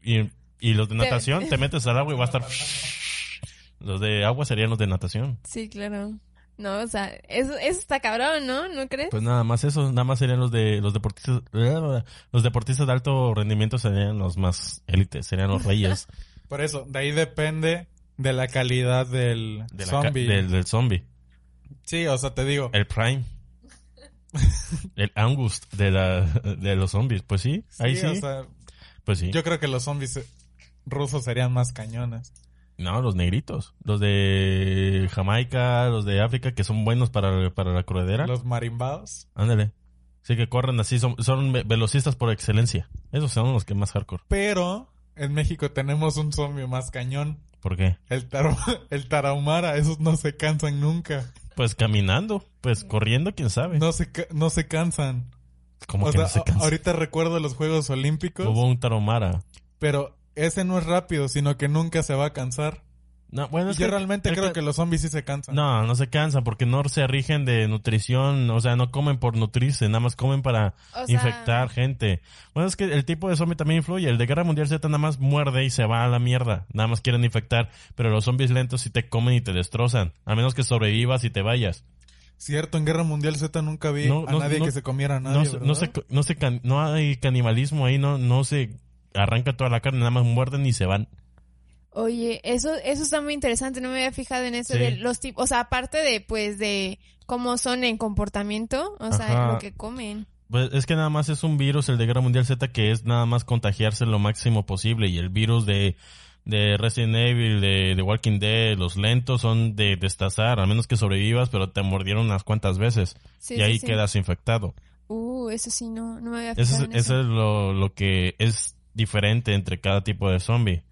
Speaker 1: Y, y Y los de
Speaker 2: Te-
Speaker 1: natación, te metes al agua y va a estar... Los de agua serían los de natación.
Speaker 2: Sí, claro. No, o sea, eso, eso está cabrón, ¿no? ¿No crees?
Speaker 1: Pues nada más eso, nada más serían los de los deportistas, los deportistas de alto rendimiento serían los más élites, serían los reyes
Speaker 3: Por eso, de ahí depende de la calidad del
Speaker 1: de la ca-
Speaker 3: zombie.
Speaker 1: del, del zombie,
Speaker 3: Sí, o sea, te digo.
Speaker 1: el prime, el angus de la de los zombies, pues sí, ahí sí,
Speaker 3: o sea,
Speaker 1: pues sí.
Speaker 3: yo creo que los zombies eh, rusos serían más cañones.
Speaker 1: No, los negritos, los de Jamaica, los de África que son buenos para, para la cruedera.
Speaker 3: Los marimbados.
Speaker 1: Ándale. Sí que corren así, son, son ve- velocistas por excelencia. Esos son los que más hardcore.
Speaker 3: Pero en México tenemos un zombie más cañón.
Speaker 1: ¿Por qué?
Speaker 3: El, taru- el tarahumara, esos no se cansan nunca.
Speaker 1: Pues caminando, pues corriendo, quién sabe.
Speaker 3: No se, ca- no se cansan.
Speaker 1: Como
Speaker 3: o
Speaker 1: que
Speaker 3: sea,
Speaker 1: no se
Speaker 3: a-
Speaker 1: cansa.
Speaker 3: ahorita recuerdo los Juegos Olímpicos,
Speaker 1: Hubo un taromara.
Speaker 3: pero ese no es rápido, sino que nunca se va a cansar.
Speaker 1: No, bueno,
Speaker 3: Y
Speaker 1: es
Speaker 3: yo
Speaker 1: que-
Speaker 3: realmente
Speaker 1: es
Speaker 3: creo que los zombies sí se cansan.
Speaker 1: No, no se cansan porque no se rigen de nutrición, o sea, no comen por nutrirse, nada más comen para
Speaker 2: O sea,
Speaker 1: infectar gente. Bueno, es que el tipo de zombie también influye. El de Guerra Mundial Z nada más muerde y se va a la mierda. Nada más quieren infectar, pero los zombies lentos sí te comen y te destrozan, a menos que sobrevivas y te vayas.
Speaker 3: Cierto, en Guerra Mundial Z nunca vi
Speaker 1: No,
Speaker 3: a
Speaker 1: no,
Speaker 3: nadie
Speaker 1: no,
Speaker 3: que se comiera a nadie.
Speaker 1: No, se- no,
Speaker 3: ¿verdad?
Speaker 1: se, no, se can- no hay canibalismo ahí, no, no se arranca toda la carne, nada más muerden y se van.
Speaker 2: Oye, eso, eso está muy interesante, no me había fijado en eso
Speaker 1: Sí.
Speaker 2: de los tipos, o sea, aparte de, pues, de cómo son en comportamiento, o sea,
Speaker 1: Ajá.
Speaker 2: en lo que comen.
Speaker 1: Pues es que nada más es un virus, el de Guerra Mundial Z, que es nada más contagiarse lo máximo posible. Y el virus de, de Resident Evil, de, de Walking Dead, los lentos son de destazar, a menos que sobrevivas, pero te mordieron unas cuantas veces.
Speaker 2: Sí,
Speaker 1: y ahí
Speaker 2: sí, sí.
Speaker 1: quedas infectado.
Speaker 2: Uh, eso sí, no, no me había
Speaker 1: Eso
Speaker 2: fijado
Speaker 1: es,
Speaker 2: en eso.
Speaker 1: eso es lo, lo que es diferente entre cada tipo de zombie.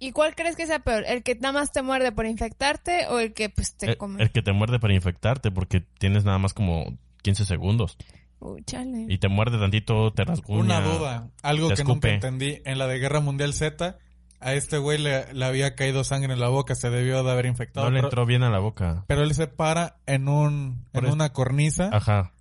Speaker 2: ¿Y cuál crees que sea peor? ¿El que nada más te muerde por infectarte o el que, pues, te
Speaker 1: El,
Speaker 2: come?
Speaker 1: el que te muerde para infectarte, porque tienes nada más como 15 segundos.
Speaker 2: Uh, chale.
Speaker 1: Y te muerde tantito, te rasguña.
Speaker 3: Una duda, algo
Speaker 1: te
Speaker 3: que nunca
Speaker 1: escupe.
Speaker 3: entendí. En la de Guerra Mundial Z, a este güey le, le había caído sangre en la boca, se debió de haber infectado.
Speaker 1: No le
Speaker 3: pero-
Speaker 1: entró bien a la boca.
Speaker 3: Pero él se para en un
Speaker 1: Por
Speaker 3: en
Speaker 1: eso. Ah.
Speaker 3: una cornisa.
Speaker 1: Ajá.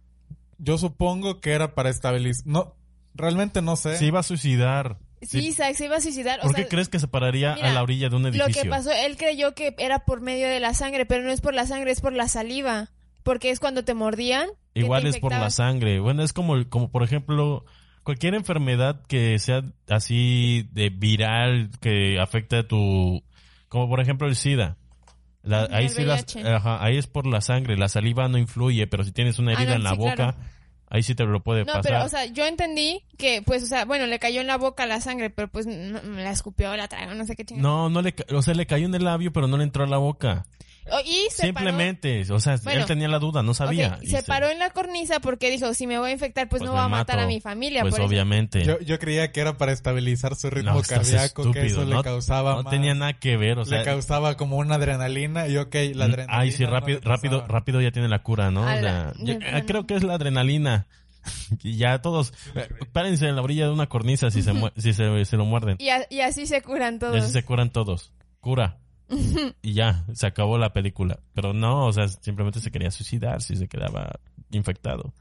Speaker 3: Yo supongo que era para estabilizar. No, realmente no sé.
Speaker 1: Se iba a suicidar.
Speaker 2: Sí, Isaac, se iba a suicidar. o
Speaker 1: ¿Por qué
Speaker 2: sea,
Speaker 1: crees que se pararía
Speaker 2: mira,
Speaker 1: a la orilla de un
Speaker 2: Lo
Speaker 1: edificio?
Speaker 2: que pasó, él creyó que era por medio de la sangre, pero no es por la sangre, es por la saliva. Porque es cuando te mordían. que
Speaker 1: Igual
Speaker 2: te
Speaker 1: es por la
Speaker 2: infectabas.
Speaker 1: sangre. Bueno, es como, el- como por ejemplo, cualquier enfermedad que sea así de viral, que afecte a tu... Como por ejemplo el SIDA. La-
Speaker 2: Ujú,
Speaker 1: ahí,
Speaker 2: el
Speaker 1: sí las-
Speaker 2: VIH.
Speaker 1: ajá, ahí es por la sangre, la saliva no influye, pero si tienes una
Speaker 2: Ah,
Speaker 1: herida
Speaker 2: no,
Speaker 1: en la
Speaker 2: sí,
Speaker 1: boca,
Speaker 2: claro.
Speaker 1: ahí sí te lo puede
Speaker 2: No,
Speaker 1: pasar.
Speaker 2: pero, o sea, yo entendí que, pues, o sea, bueno, le cayó en la boca la sangre, pero pues no- me la escupió, la tragó, no sé qué chingada.
Speaker 1: no, no le, ca- o sea, le cayó en el labio, pero no le entró a la boca.
Speaker 2: O- Oh, Y se
Speaker 1: Simplemente, o sea,
Speaker 2: Bueno.
Speaker 1: él tenía la duda, no
Speaker 2: paró. Ok,
Speaker 1: sabía. y
Speaker 2: se paró en la cornisa porque dijo, si me voy a infectar, pues,
Speaker 1: Pues
Speaker 2: no
Speaker 1: me
Speaker 2: voy a matar
Speaker 1: mato.
Speaker 2: a mi familia.
Speaker 1: Pues
Speaker 2: por eso.
Speaker 1: obviamente.
Speaker 3: Yo, yo creía que era para estabilizar su ritmo
Speaker 1: No, estás
Speaker 3: cardíaco, que
Speaker 1: estúpido,
Speaker 3: eso
Speaker 1: no-
Speaker 3: le causaba
Speaker 1: no
Speaker 3: más-
Speaker 1: tenía nada que ver, o sea, Mm,
Speaker 3: le causaba como una adrenalina y ok, la adrenalina.
Speaker 1: Ay, sí,
Speaker 3: no
Speaker 1: rápido,
Speaker 3: le
Speaker 1: rápido,
Speaker 3: pasaba.
Speaker 1: rápido ya tiene la cura, ¿no? O
Speaker 2: A
Speaker 1: sea,
Speaker 2: la-
Speaker 1: yo-
Speaker 2: de
Speaker 1: ah,
Speaker 2: plano.
Speaker 1: creo que es la adrenalina. Y ya todos, eh, párense en la orilla de una cornisa si se, mue- si se, se lo muerden.
Speaker 2: Y, a- y así se curan
Speaker 1: Y
Speaker 2: todos.
Speaker 1: así se curan todos. Cura. Y ya, se acabó la película. Pero no, o sea, simplemente se quería suicidar si se quedaba infectado.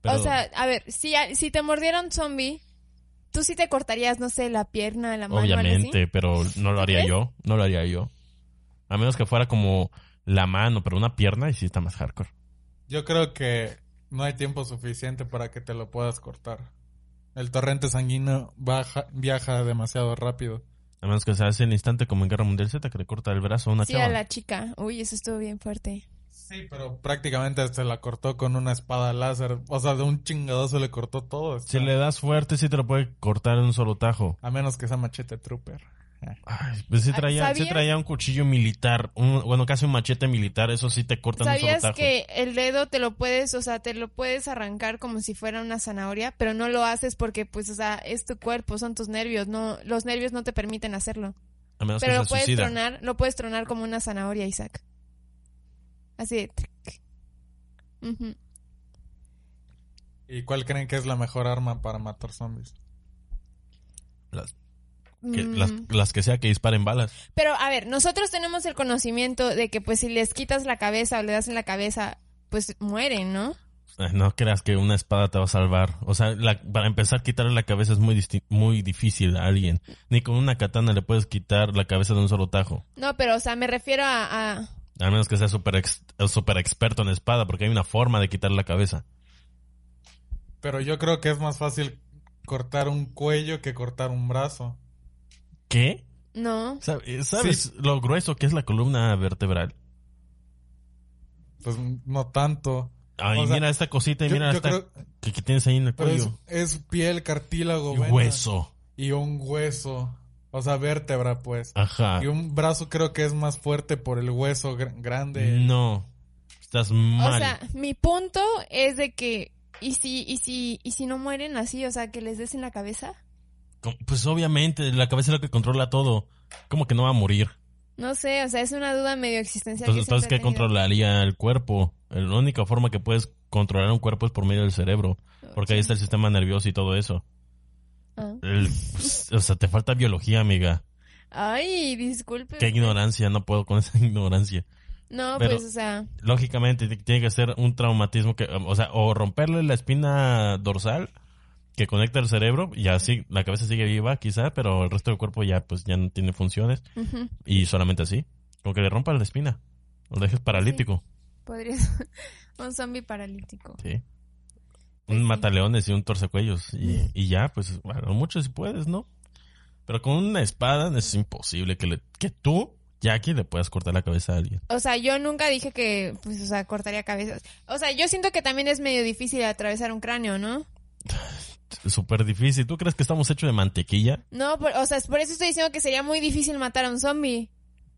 Speaker 1: Pero
Speaker 2: O sea, a ver, si, a- si te mordieron zombie, tú sí te cortarías, no sé, la pierna, la mano, algo así?
Speaker 1: obviamente, pero no lo haría
Speaker 2: crees?
Speaker 1: yo. No lo haría yo. A menos que fuera como la mano, pero una pierna y sí está más hardcore.
Speaker 3: Yo creo que no hay tiempo suficiente para que te lo puedas cortar. El torrente sanguíneo baja, viaja demasiado rápido.
Speaker 1: A menos que se hace en instante como en Guerra Mundial Z que le corta el brazo a una
Speaker 2: Sí,
Speaker 1: chava.
Speaker 2: a la chica. Uy, eso estuvo bien fuerte.
Speaker 3: Sí, pero prácticamente se la cortó con una espada láser. O sea, de un chingadazo le cortó todo. Está-
Speaker 1: Si le das fuerte, sí te lo puede cortar en un solo tajo.
Speaker 3: A menos que sea machete trooper.
Speaker 1: Ay, pues sí
Speaker 2: Ah,
Speaker 1: traía, sí
Speaker 2: ¿sabías?
Speaker 1: traía un cuchillo militar, un- bueno, casi un machete militar, eso sí te corta en un solo
Speaker 2: ¿Sabías
Speaker 1: tajo.
Speaker 2: que el dedo te lo puedes, o sea, te lo puedes arrancar como si fuera una zanahoria, pero no lo haces porque, pues, o sea, es tu cuerpo, son tus nervios, no, los nervios no te permiten hacerlo.
Speaker 1: A menos
Speaker 2: pero
Speaker 1: que
Speaker 2: lo
Speaker 1: se
Speaker 2: puedes
Speaker 1: suicida.
Speaker 2: tronar, lo puedes tronar como una zanahoria, Isaac. Así de. tric. Ujú.
Speaker 3: ¿Y cuál creen que es la mejor arma para matar zombies?
Speaker 1: Las que,
Speaker 2: Mm.
Speaker 1: las, las que sea que disparen balas.
Speaker 2: Pero a ver, nosotros tenemos el conocimiento de que pues si les quitas la cabeza o le das en la cabeza, pues mueren, ¿no?
Speaker 1: Ay, No creas que una espada te va a salvar. O sea, la- para empezar, quitarle la cabeza es muy, disti- muy difícil a alguien. Ni con una katana le puedes quitar la cabeza de un solo tajo.
Speaker 2: No, pero, o sea, me refiero a... a-
Speaker 1: A menos que sea súper ex- súper experto en espada, porque hay una forma de quitarle la cabeza.
Speaker 3: Pero yo creo que es más fácil cortar un cuello que cortar un brazo.
Speaker 1: ¿Qué?
Speaker 2: No.
Speaker 1: Sab- eh, ¿Sabes lo grueso que es la columna vertebral?
Speaker 3: Pues no tanto.
Speaker 1: Ay,
Speaker 3: O sea,
Speaker 1: mira esta cosita y
Speaker 3: Yo-
Speaker 1: mira
Speaker 3: yo
Speaker 1: esta
Speaker 3: creo-
Speaker 1: que, que tienes ahí en el
Speaker 3: pero es,
Speaker 1: cuello.
Speaker 3: es piel, cartílago,
Speaker 1: Y
Speaker 3: vena,
Speaker 1: hueso.
Speaker 3: Y un hueso. O sea, vértebra, pues.
Speaker 1: Ajá.
Speaker 3: Y un brazo creo que es más fuerte por el hueso gr-
Speaker 1: Mm,
Speaker 3: grande.
Speaker 1: No. Estás mal.
Speaker 2: O sea, mi punto es de que... ¿Y si, y, si, ¿Y si no mueren así? O sea, que les des en la cabeza.
Speaker 1: Com- Pues obviamente, la cabeza es lo que controla todo. ¿Cómo que no va a morir?
Speaker 2: No sé, o sea, es una duda medio existencial.
Speaker 1: Entonces,
Speaker 2: que siempre
Speaker 1: entonces ¿qué
Speaker 2: he tenido.
Speaker 1: controlaría el cuerpo? Eh, La única forma que puedes controlar un cuerpo es por medio del cerebro, porque ahí está el sistema nervioso y todo eso.
Speaker 2: Ah.
Speaker 1: El- pues, o sea, te falta biología, amiga.
Speaker 2: Ay, disculpe.
Speaker 1: Qué ignorancia, no puedo con esa ignorancia.
Speaker 2: No,
Speaker 1: Pero-
Speaker 2: pues, o sea,
Speaker 1: Lógicamente t- tiene que ser un traumatismo que, o sea, o romperle la espina dorsal que conecta el cerebro y así la cabeza sigue viva quizá, pero el resto del cuerpo ya pues ya no tiene funciones
Speaker 2: ujú,
Speaker 1: y solamente así, como que le rompas la espina, lo dejes paralítico.
Speaker 2: podría ser un zombie paralítico.
Speaker 1: Sí.
Speaker 2: Pues
Speaker 1: Un
Speaker 2: sí.
Speaker 1: mataleones y un torcecuellos. Y, y ya, pues, bueno, mucho si puedes, ¿no? Pero con una espada es imposible que, le, que tú, Jackie, le puedas cortar la cabeza a alguien.
Speaker 2: O sea, yo nunca dije que, pues, o sea, cortaría cabezas. O sea, yo siento que también es medio difícil atravesar un cráneo, ¿no?
Speaker 1: Es súper difícil. ¿Tú crees que estamos hechos de mantequilla?
Speaker 2: No, por- o sea, por eso estoy diciendo que sería muy difícil matar a un zombie.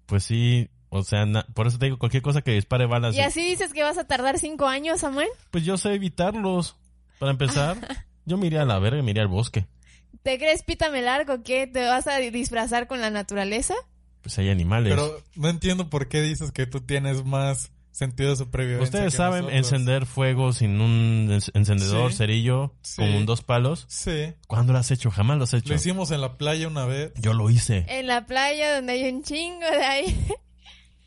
Speaker 1: Pues sí. O sea, na- por eso te digo, cualquier cosa que dispare balas.
Speaker 2: Y así dices que vas a tardar cinco años, Samuel.
Speaker 1: Pues yo sé evitarlos. Para empezar, yo me iría a la verga y me iría al bosque.
Speaker 2: ¿Te crees pítame largo? ¿Qué? ¿Te vas a disfrazar con la naturaleza?
Speaker 1: Pues hay animales.
Speaker 3: Pero no entiendo por qué dices que tú tienes más sentido de supervivencia.
Speaker 1: Ustedes
Speaker 3: que
Speaker 1: saben
Speaker 3: nosotros.
Speaker 1: encender fuego sin un en- encendedor,
Speaker 3: Sí.
Speaker 1: cerillo,
Speaker 3: Sí.
Speaker 1: con un- dos palos.
Speaker 3: Sí.
Speaker 1: ¿Cuándo lo has hecho? Jamás lo has hecho.
Speaker 3: Lo hicimos en la playa una vez.
Speaker 1: Yo lo hice.
Speaker 2: En la playa donde hay un chingo de ahí.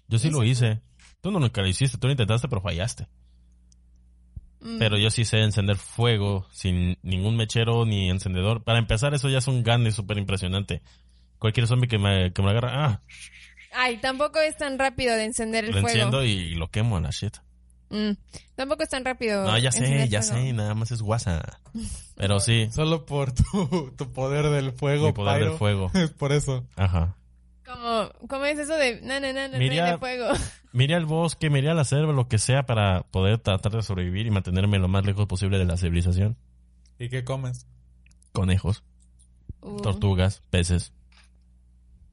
Speaker 1: Yo sí lo hice. Tú no nunca lo hiciste. Tú lo intentaste, pero fallaste.
Speaker 2: Mm.
Speaker 1: Pero yo sí sé encender fuego sin ningún mechero ni encendedor. Para empezar, eso ya es un gane súper impresionante. Cualquier zombie que me, que me lo agarra, ah,
Speaker 2: Ay, tampoco es tan rápido de encender el
Speaker 1: lo
Speaker 2: fuego.
Speaker 1: enciendo y lo quemo a la shit.
Speaker 2: Mm, Tampoco es tan rápido.
Speaker 1: No, ya sé,
Speaker 2: encender
Speaker 1: ya
Speaker 2: fuego.
Speaker 1: sé. Nada más es guasa. Pero sí,
Speaker 3: Solo por tu, tu poder del fuego.
Speaker 1: mi poder
Speaker 3: Pyro.
Speaker 1: del fuego.
Speaker 3: por eso.
Speaker 1: Ajá.
Speaker 2: Como, ¿Cómo es eso de na, na, na, na, na,
Speaker 1: Mira-
Speaker 2: de fuego?
Speaker 1: Miré al bosque, miré a la selva, lo que sea para poder tratar de sobrevivir y mantenerme lo más lejos posible de la civilización.
Speaker 3: ¿Y qué comes?
Speaker 1: Conejos,
Speaker 2: Uh,
Speaker 1: tortugas, peces.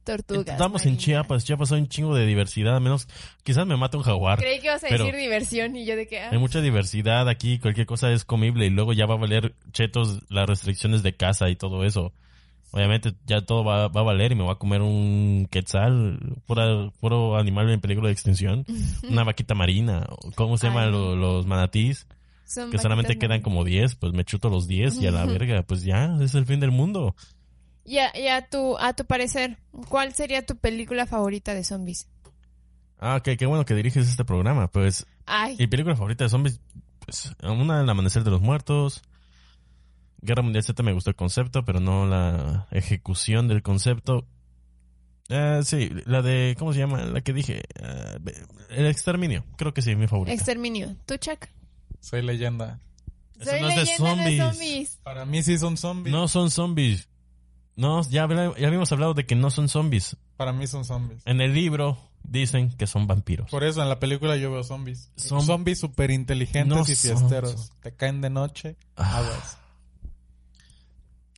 Speaker 2: tortugas.
Speaker 1: Estamos en
Speaker 2: marinas.
Speaker 1: Chiapas. Chiapas hay un chingo de diversidad. a menos, quizás me mate un jaguar.
Speaker 2: Creí que ibas a
Speaker 1: pero-
Speaker 2: decir diversión y yo de que. ah,
Speaker 1: Hay mucha diversidad aquí. Cualquier cosa es comible y luego ya va a valer chetos las restricciones de casa y todo eso. Obviamente ya todo va, va a valer y me va a comer un quetzal, pura- puro animal en peligro de extinción, una vaquita marina, o ¿cómo se
Speaker 2: Ay,
Speaker 1: llaman
Speaker 2: no.
Speaker 1: lo- los manatís?
Speaker 2: son
Speaker 1: Que solamente
Speaker 2: vaquitas
Speaker 1: quedan
Speaker 2: marinas.
Speaker 1: como 10, pues me chuto los 10 y a la verga, pues ya, es el fin del mundo.
Speaker 2: Y a, y a tu, a tu parecer, ¿cuál sería tu película favorita de zombies?
Speaker 1: Ah, ok, qué bueno que diriges este programa. Pues
Speaker 2: Ay,
Speaker 1: Mi película favorita de zombies, pues, una El Amanecer de los Muertos. Guerra Mundial Z me gustó el concepto, pero no la ejecución del concepto. Ah, sí, la de, ¿cómo se llama? La que dije, ah, El Exterminio. Creo que sí, mi favorita.
Speaker 2: Exterminio. ¿Tú, Chuck?
Speaker 3: Soy leyenda.
Speaker 1: Eso
Speaker 2: Soy
Speaker 1: no es de
Speaker 2: leyenda
Speaker 1: zombies.
Speaker 3: Para mí sí son zombies.
Speaker 1: No son zombies. No, ya, habla- ya habíamos hablado de que no son zombies.
Speaker 3: Para mí son zombies.
Speaker 1: En el libro dicen que son vampiros.
Speaker 3: Por eso en la película yo veo zombies.
Speaker 1: Son-
Speaker 3: zombies súper inteligentes
Speaker 1: No
Speaker 3: y
Speaker 1: son-
Speaker 3: fiesteros. Te caen de noche.
Speaker 1: Ah.
Speaker 3: Aguas.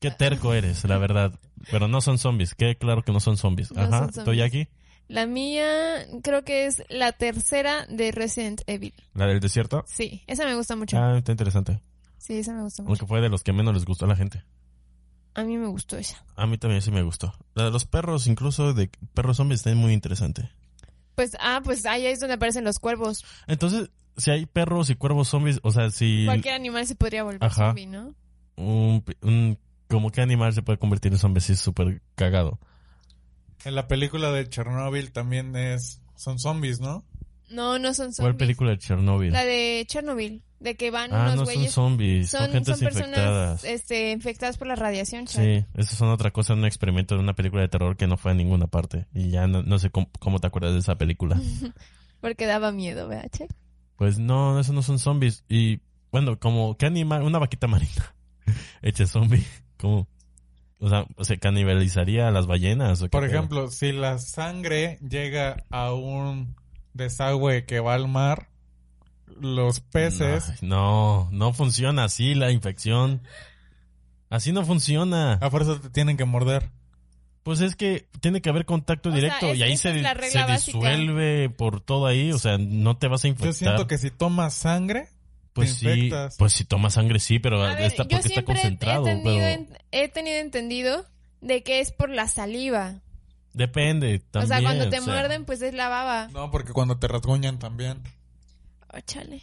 Speaker 1: Qué terco eres, la verdad. Pero no son zombies. Qué claro que no son zombies.
Speaker 2: No
Speaker 1: Ajá,
Speaker 2: son zombies.
Speaker 1: estoy aquí.
Speaker 2: La mía creo que es la tercera de Resident Evil.
Speaker 1: La del desierto.
Speaker 2: Sí, esa me gusta mucho.
Speaker 1: Ah, está interesante.
Speaker 2: Sí, esa me gusta mucho.
Speaker 1: Aunque fue de los que menos les gustó a la gente.
Speaker 2: A mí me gustó esa.
Speaker 1: A mí también sí me gustó. La de los perros, incluso de perros zombies, está muy interesante.
Speaker 2: Pues, ah, pues ahí es donde aparecen los cuervos.
Speaker 1: Entonces, si hay perros y cuervos zombies, o sea, si
Speaker 2: Cualquier animal se podría volver
Speaker 1: Ajá.
Speaker 2: zombie, ¿no?
Speaker 1: un, un- como que animal se puede convertir en zombie, sí es súper cagado.
Speaker 3: En la película de Chernobyl también es... Son zombies, ¿no?
Speaker 2: No, no son zombies.
Speaker 1: ¿Cuál película de Chernobyl?
Speaker 2: La de Chernobyl, de que van
Speaker 1: Ah, no
Speaker 2: unos
Speaker 1: son
Speaker 2: güeyes.
Speaker 1: zombies, son,
Speaker 2: son,
Speaker 1: gente
Speaker 2: son personas
Speaker 1: infectadas.
Speaker 2: este, infectadas por la radiación. chaval.
Speaker 1: Sí, eso son otra cosa, un experimento de una película de terror que no fue a ninguna parte. Y ya no, no sé cómo, cómo te acuerdas de esa película.
Speaker 2: Porque daba miedo, ¿verdad, Che?
Speaker 1: Pues no, esos no son zombies. Y bueno, como, ¿qué animal? Una vaquita marina hecha zombie. ¿Cómo? O sea, ¿se canibalizaría a las ballenas? o qué
Speaker 3: Por
Speaker 1: pedo?
Speaker 3: ejemplo, si la sangre llega a un desagüe que va al mar, los peces...
Speaker 1: Ay, No, no funciona así la infección. Así no funciona.
Speaker 3: A fuerza te tienen que morder.
Speaker 1: Pues es que tiene que haber contacto
Speaker 2: O sea,
Speaker 1: directo
Speaker 2: es-
Speaker 1: y ahí
Speaker 2: esa
Speaker 1: se,
Speaker 2: es la regla
Speaker 1: se
Speaker 2: básica.
Speaker 1: disuelve por todo ahí. O sea, no te vas a infectar.
Speaker 3: Yo siento que si tomas sangre,
Speaker 1: pues
Speaker 3: te
Speaker 1: sí,
Speaker 3: infectas.
Speaker 1: pues si tomas sangre sí, pero
Speaker 2: A ver,
Speaker 1: Ah, está,
Speaker 2: yo
Speaker 1: porque está
Speaker 2: siempre he
Speaker 1: concentrado.
Speaker 2: tenido,
Speaker 1: pero
Speaker 2: en- he tenido entendido de que es por la saliva.
Speaker 1: depende también.
Speaker 2: o sea, cuando te
Speaker 1: o sea,
Speaker 2: muerden, pues es la baba.
Speaker 3: no, porque cuando te rasguñan también.
Speaker 2: Oh, chale.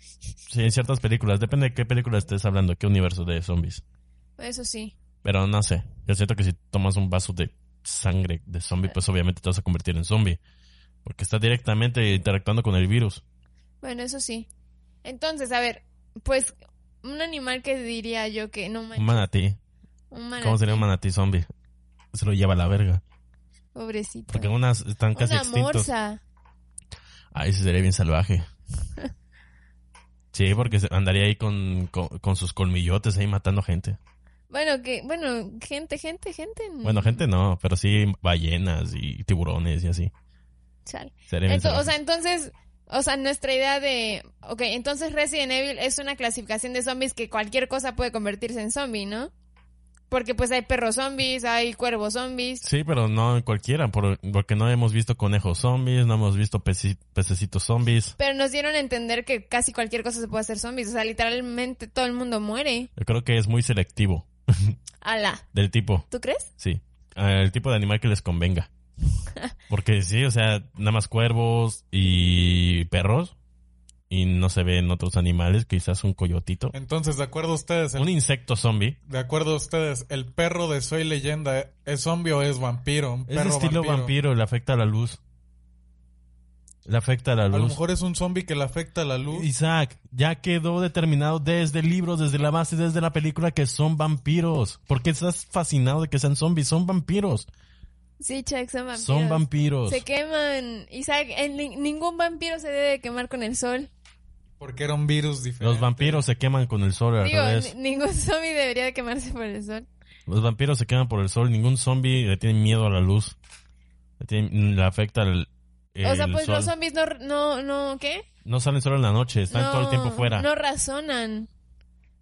Speaker 1: Sí, en ciertas películas. Depende de qué película estés hablando, qué universo de zombies.
Speaker 2: Eso sí.
Speaker 1: Pero no sé. Yo siento que si tomas un vaso de sangre de zombie, pues obviamente te vas a convertir en zombie. Porque está directamente interactuando con el virus.
Speaker 2: Bueno, eso sí. Entonces, a ver, pues un animal que diría yo que no
Speaker 1: Un
Speaker 2: manches,
Speaker 1: manatí.
Speaker 2: un
Speaker 1: ¿Cómo sería un
Speaker 2: manatí,
Speaker 1: manatí zombie? Se lo lleva a la verga.
Speaker 2: Pobrecito.
Speaker 1: Porque unas están casi
Speaker 2: Una
Speaker 1: extintas.
Speaker 2: morsa.
Speaker 1: Ahí sí sería bien salvaje. Sí, porque se- andaría ahí con, con, con sus colmillotes ahí matando gente.
Speaker 2: Bueno, que bueno, gente, gente, gente.
Speaker 1: Bueno, gente no, pero sí ballenas y tiburones y así.
Speaker 2: Chale.
Speaker 1: Sería bien
Speaker 2: Ento- o sea,
Speaker 1: salvaje.
Speaker 2: entonces, o sea, nuestra idea de, ok, entonces Resident Evil es una clasificación de zombies que cualquier cosa puede convertirse en zombie, ¿no? Porque pues hay perros zombies, hay cuervos zombies.
Speaker 1: Sí, pero no en cualquiera, por- porque no hemos visto conejos zombies, no hemos visto peci- pececitos zombies.
Speaker 2: Pero nos dieron a entender que casi cualquier cosa se puede hacer zombies. O sea, literalmente todo el mundo muere.
Speaker 1: Yo creo que es muy selectivo
Speaker 2: Ala.
Speaker 1: del tipo,
Speaker 2: ¿Tú crees?
Speaker 1: sí. eh, El tipo de animal que les convenga. Porque sí, o sea, nada más cuervos y perros. Y no se ven otros animales, quizás un coyotito.
Speaker 3: Entonces, de acuerdo a ustedes, el-
Speaker 1: Un insecto zombie.
Speaker 3: de acuerdo a ustedes, el perro de Soy Leyenda eh, es zombie o es vampiro, un
Speaker 1: Es
Speaker 3: perro
Speaker 1: de estilo vampiro. le afecta la luz. Le afecta la
Speaker 3: A lo
Speaker 1: luz.
Speaker 3: mejor es un zombie que le afecta la luz.
Speaker 1: Isaac, ya quedó determinado desde el libro, desde la base, desde la película que son vampiros. ¿Por qué estás fascinado de que sean zombies? Son vampiros.
Speaker 2: Sí, Chuck, son vampiros.
Speaker 1: Son vampiros.
Speaker 2: Se queman. Isaac, el eh, ni- ningún vampiro se debe de quemar con el sol.
Speaker 3: Porque era un virus diferente.
Speaker 1: Los vampiros se queman con el sol al
Speaker 2: Digo,
Speaker 1: revés.
Speaker 2: ni- ningún zombie debería de quemarse por el sol.
Speaker 1: Los vampiros se queman por el sol. Ningún zombie le tiene miedo a la luz. Le, tiene- le afecta el,
Speaker 2: o sea,
Speaker 1: el
Speaker 2: pues
Speaker 1: sol.
Speaker 2: los zombies no, no, no, ¿qué?
Speaker 1: No salen solo en la noche, están todo el tiempo fuera.
Speaker 2: No razonan.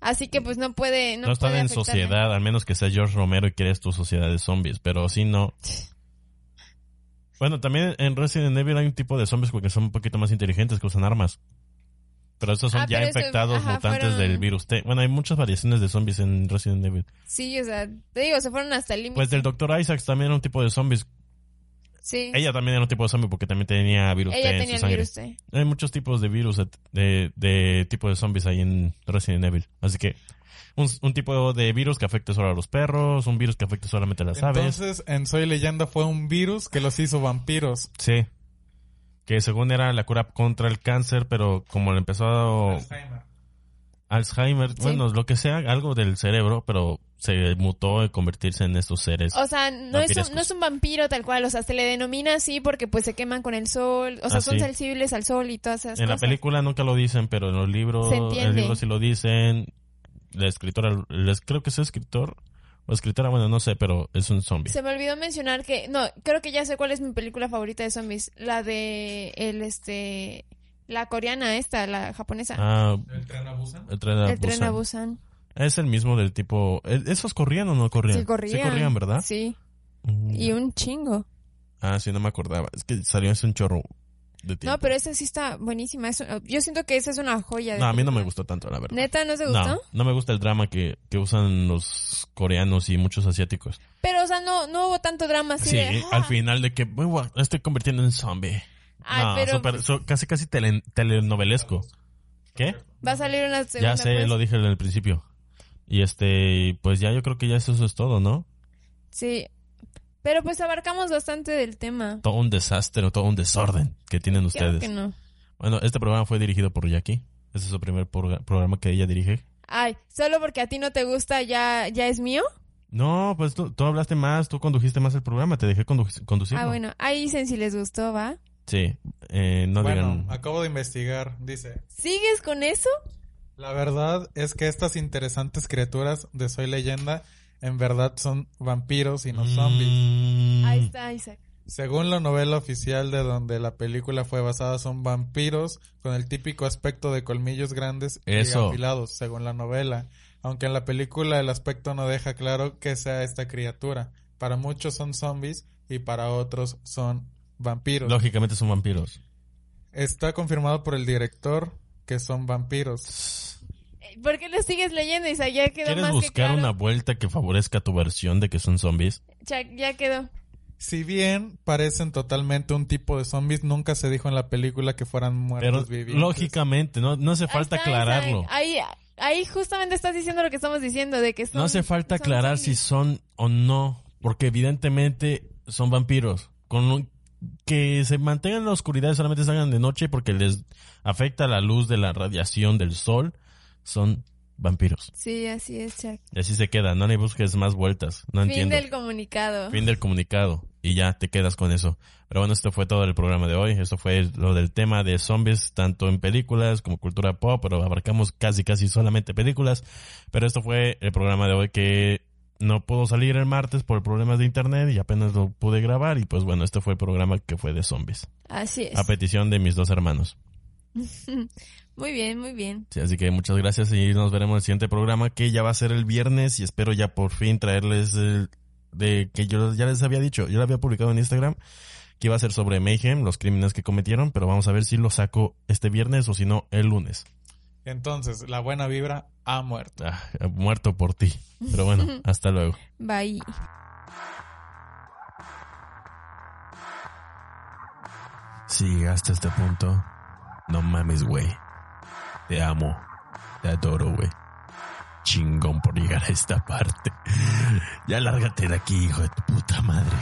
Speaker 2: Así que pues no puede. No,
Speaker 1: No, están
Speaker 2: puede
Speaker 1: en
Speaker 2: afectarle.
Speaker 1: sociedad, al menos que sea George Romero y crees tu sociedad de zombies, pero si no. Bueno, también en Resident Evil hay un tipo de zombies que son un poquito más inteligentes, que usan armas. Pero esos son
Speaker 2: Ah,
Speaker 1: ya
Speaker 2: pero eso-
Speaker 1: infectados
Speaker 2: ajá,
Speaker 1: mutantes
Speaker 2: fueron-
Speaker 1: del virus T. Bueno, hay muchas variaciones de zombies en Resident Evil.
Speaker 2: Sí, o sea, te digo, se fueron hasta el límite.
Speaker 1: Pues del Dr. Isaacs también era un tipo de zombies.
Speaker 2: sí.
Speaker 1: Ella también era un tipo de zombie porque también tenía virus
Speaker 2: Ella
Speaker 1: T en
Speaker 2: tenía
Speaker 1: su sangre.
Speaker 2: el virus T.
Speaker 1: Hay muchos tipos de virus, de, de, de tipo de zombies ahí en Resident Evil. Así que un, un tipo de virus que afecte solo a los perros, un virus que afecte solamente a las aves.
Speaker 3: Entonces, en Soy Leyenda fue un virus que los hizo vampiros.
Speaker 1: Sí. Que según era la cura contra el cáncer, pero como le empezó a- Alzheimer, bueno, lo que sea, algo del cerebro, pero se mutó en convertirse en estos seres.
Speaker 2: O sea, no es,
Speaker 1: Vampirescos.
Speaker 2: un, no es un vampiro tal cual. O sea, se le denomina así porque pues se queman con el sol. O sea,
Speaker 1: Ah,
Speaker 2: son
Speaker 1: sí.
Speaker 2: sensibles al sol y todas esas
Speaker 1: en la
Speaker 2: cosas.
Speaker 1: película nunca lo dicen, pero en los libros,
Speaker 2: Se
Speaker 1: en
Speaker 2: entiende.
Speaker 1: los libros sí lo dicen. La escritora, les, creo que es escritor o escritora, bueno, no sé, pero es un zombie.
Speaker 2: Se me olvidó mencionar que. No, creo que ya sé cuál es mi película favorita de zombies. La de. El este. La coreana esta, la japonesa.
Speaker 1: Ah,
Speaker 3: ¿El tren abusa?
Speaker 1: el tren a
Speaker 2: el tren
Speaker 1: Busan.
Speaker 2: a Busan.
Speaker 1: Es el mismo del tipo. ¿e- ¿Esos corrían o no corrían?
Speaker 2: Sí, corrían.
Speaker 1: corrían, ¿verdad?
Speaker 2: Sí.
Speaker 1: Mm,
Speaker 2: Y un chingo.
Speaker 1: Ah, sí, no me acordaba. Es que salió hace un chorro de tiempo.
Speaker 2: No, pero esa sí está buenísima. Es- yo siento que esa es una joya. de
Speaker 1: No, a mí no me
Speaker 2: película.
Speaker 1: gustó tanto, la verdad.
Speaker 2: ¿Neta no se gustó?
Speaker 1: No, no me gusta el drama que, que usan los coreanos y muchos asiáticos.
Speaker 2: Pero, o sea, no, no hubo tanto drama así
Speaker 1: Sí,
Speaker 2: de,
Speaker 1: al
Speaker 2: "Ah".
Speaker 1: final de que "Uy, guau, estoy convirtiendo en zombie.
Speaker 2: Ay,
Speaker 1: no,
Speaker 2: pero
Speaker 1: súper- so- casi casi tele- telenovelesco. ¿Qué?
Speaker 2: va a salir una segunda.
Speaker 1: Ya sé,
Speaker 2: pues.
Speaker 1: lo dije en el principio. Y este, pues ya yo creo que ya eso, eso es todo, ¿no?
Speaker 2: Sí. Pero pues abarcamos bastante del tema.
Speaker 1: Todo un desastre o todo un desorden que tienen
Speaker 2: Creo
Speaker 1: ustedes.
Speaker 2: que no.
Speaker 1: Bueno, este programa fue dirigido por Jackie. Ese es su primer porga- programa que ella dirige.
Speaker 2: Ay, solo porque a ti no te gusta ya, ya es mío.
Speaker 1: No, pues tú, tú hablaste más, tú condujiste más el programa, te dejé condu- conducirlo.
Speaker 2: Ah, bueno, ahí dicen si les gustó, ¿va?
Speaker 1: Sí, eh, no
Speaker 3: bueno,
Speaker 1: digan...
Speaker 3: acabo de investigar. Dice,
Speaker 2: ¿Sigues con eso?
Speaker 3: la verdad es que estas interesantes criaturas de Soy Leyenda en verdad son vampiros y no zombies.
Speaker 1: Mm.
Speaker 2: Ahí está, Isaac.
Speaker 3: Según la novela oficial de donde la película fue basada, son vampiros con el típico aspecto de colmillos grandes
Speaker 1: Eso.
Speaker 3: y afilados, según la novela. Aunque en la película el aspecto no deja claro que sea esta criatura. Para muchos son zombies y para otros son vampiros.
Speaker 1: Lógicamente son vampiros.
Speaker 3: Está confirmado por el director que son vampiros.
Speaker 2: Eh, ¿Por qué lo sigues leyendo, Isaac? Ya quedó
Speaker 1: ¿Quieres
Speaker 2: más que
Speaker 1: buscar
Speaker 2: claro.
Speaker 1: una vuelta que favorezca tu versión de que son zombies?
Speaker 2: Ya, ya quedó.
Speaker 3: Si bien parecen totalmente un tipo de zombies, nunca se dijo en la película que fueran
Speaker 1: Pero
Speaker 3: muertos vivientes.
Speaker 1: lógicamente, no, no hace falta
Speaker 2: Ahí está, Isaac.
Speaker 1: aclararlo.
Speaker 2: Ahí, ahí justamente estás diciendo lo que estamos diciendo, de que son...
Speaker 1: No hace falta
Speaker 2: son
Speaker 1: aclarar si
Speaker 2: zombies.
Speaker 1: son o no, porque evidentemente son vampiros. Con un- que se mantengan en la oscuridad y solamente salgan de noche porque les afecta la luz de la radiación del sol, son vampiros.
Speaker 2: Sí, así es, Chuck.
Speaker 1: Y así se queda, no le busques más vueltas, no
Speaker 2: Fin
Speaker 1: entiendo.
Speaker 2: del comunicado.
Speaker 1: Fin del comunicado y ya te quedas con eso. Pero bueno, esto fue todo el programa de hoy. Esto fue lo del tema de zombies, tanto en películas como cultura pop, pero abarcamos casi casi solamente películas. Pero esto fue el programa de hoy que no pudo salir el martes por problemas de internet y apenas lo pude grabar. Y pues bueno, este fue el programa que fue de zombies,
Speaker 2: Así es.
Speaker 1: a petición de mis dos hermanos.
Speaker 2: Muy bien, muy bien.
Speaker 1: Sí, así que muchas gracias y nos veremos en el siguiente programa que ya va a ser el viernes y espero ya por fin traerles el de que yo ya les había dicho, yo lo había publicado en Instagram que iba a ser sobre Mayhem, los crímenes que cometieron, pero vamos a ver si lo saco este viernes o si no el lunes.
Speaker 3: Entonces, la buena vibra ha muerto.
Speaker 1: Ah, muerto por ti. Pero bueno, hasta luego.
Speaker 2: Bye.
Speaker 1: Si llegaste a este punto, no mames, güey. Te amo. Te adoro, güey. Chingón por llegar a esta parte. Ya lárgate de aquí, hijo de tu puta madre.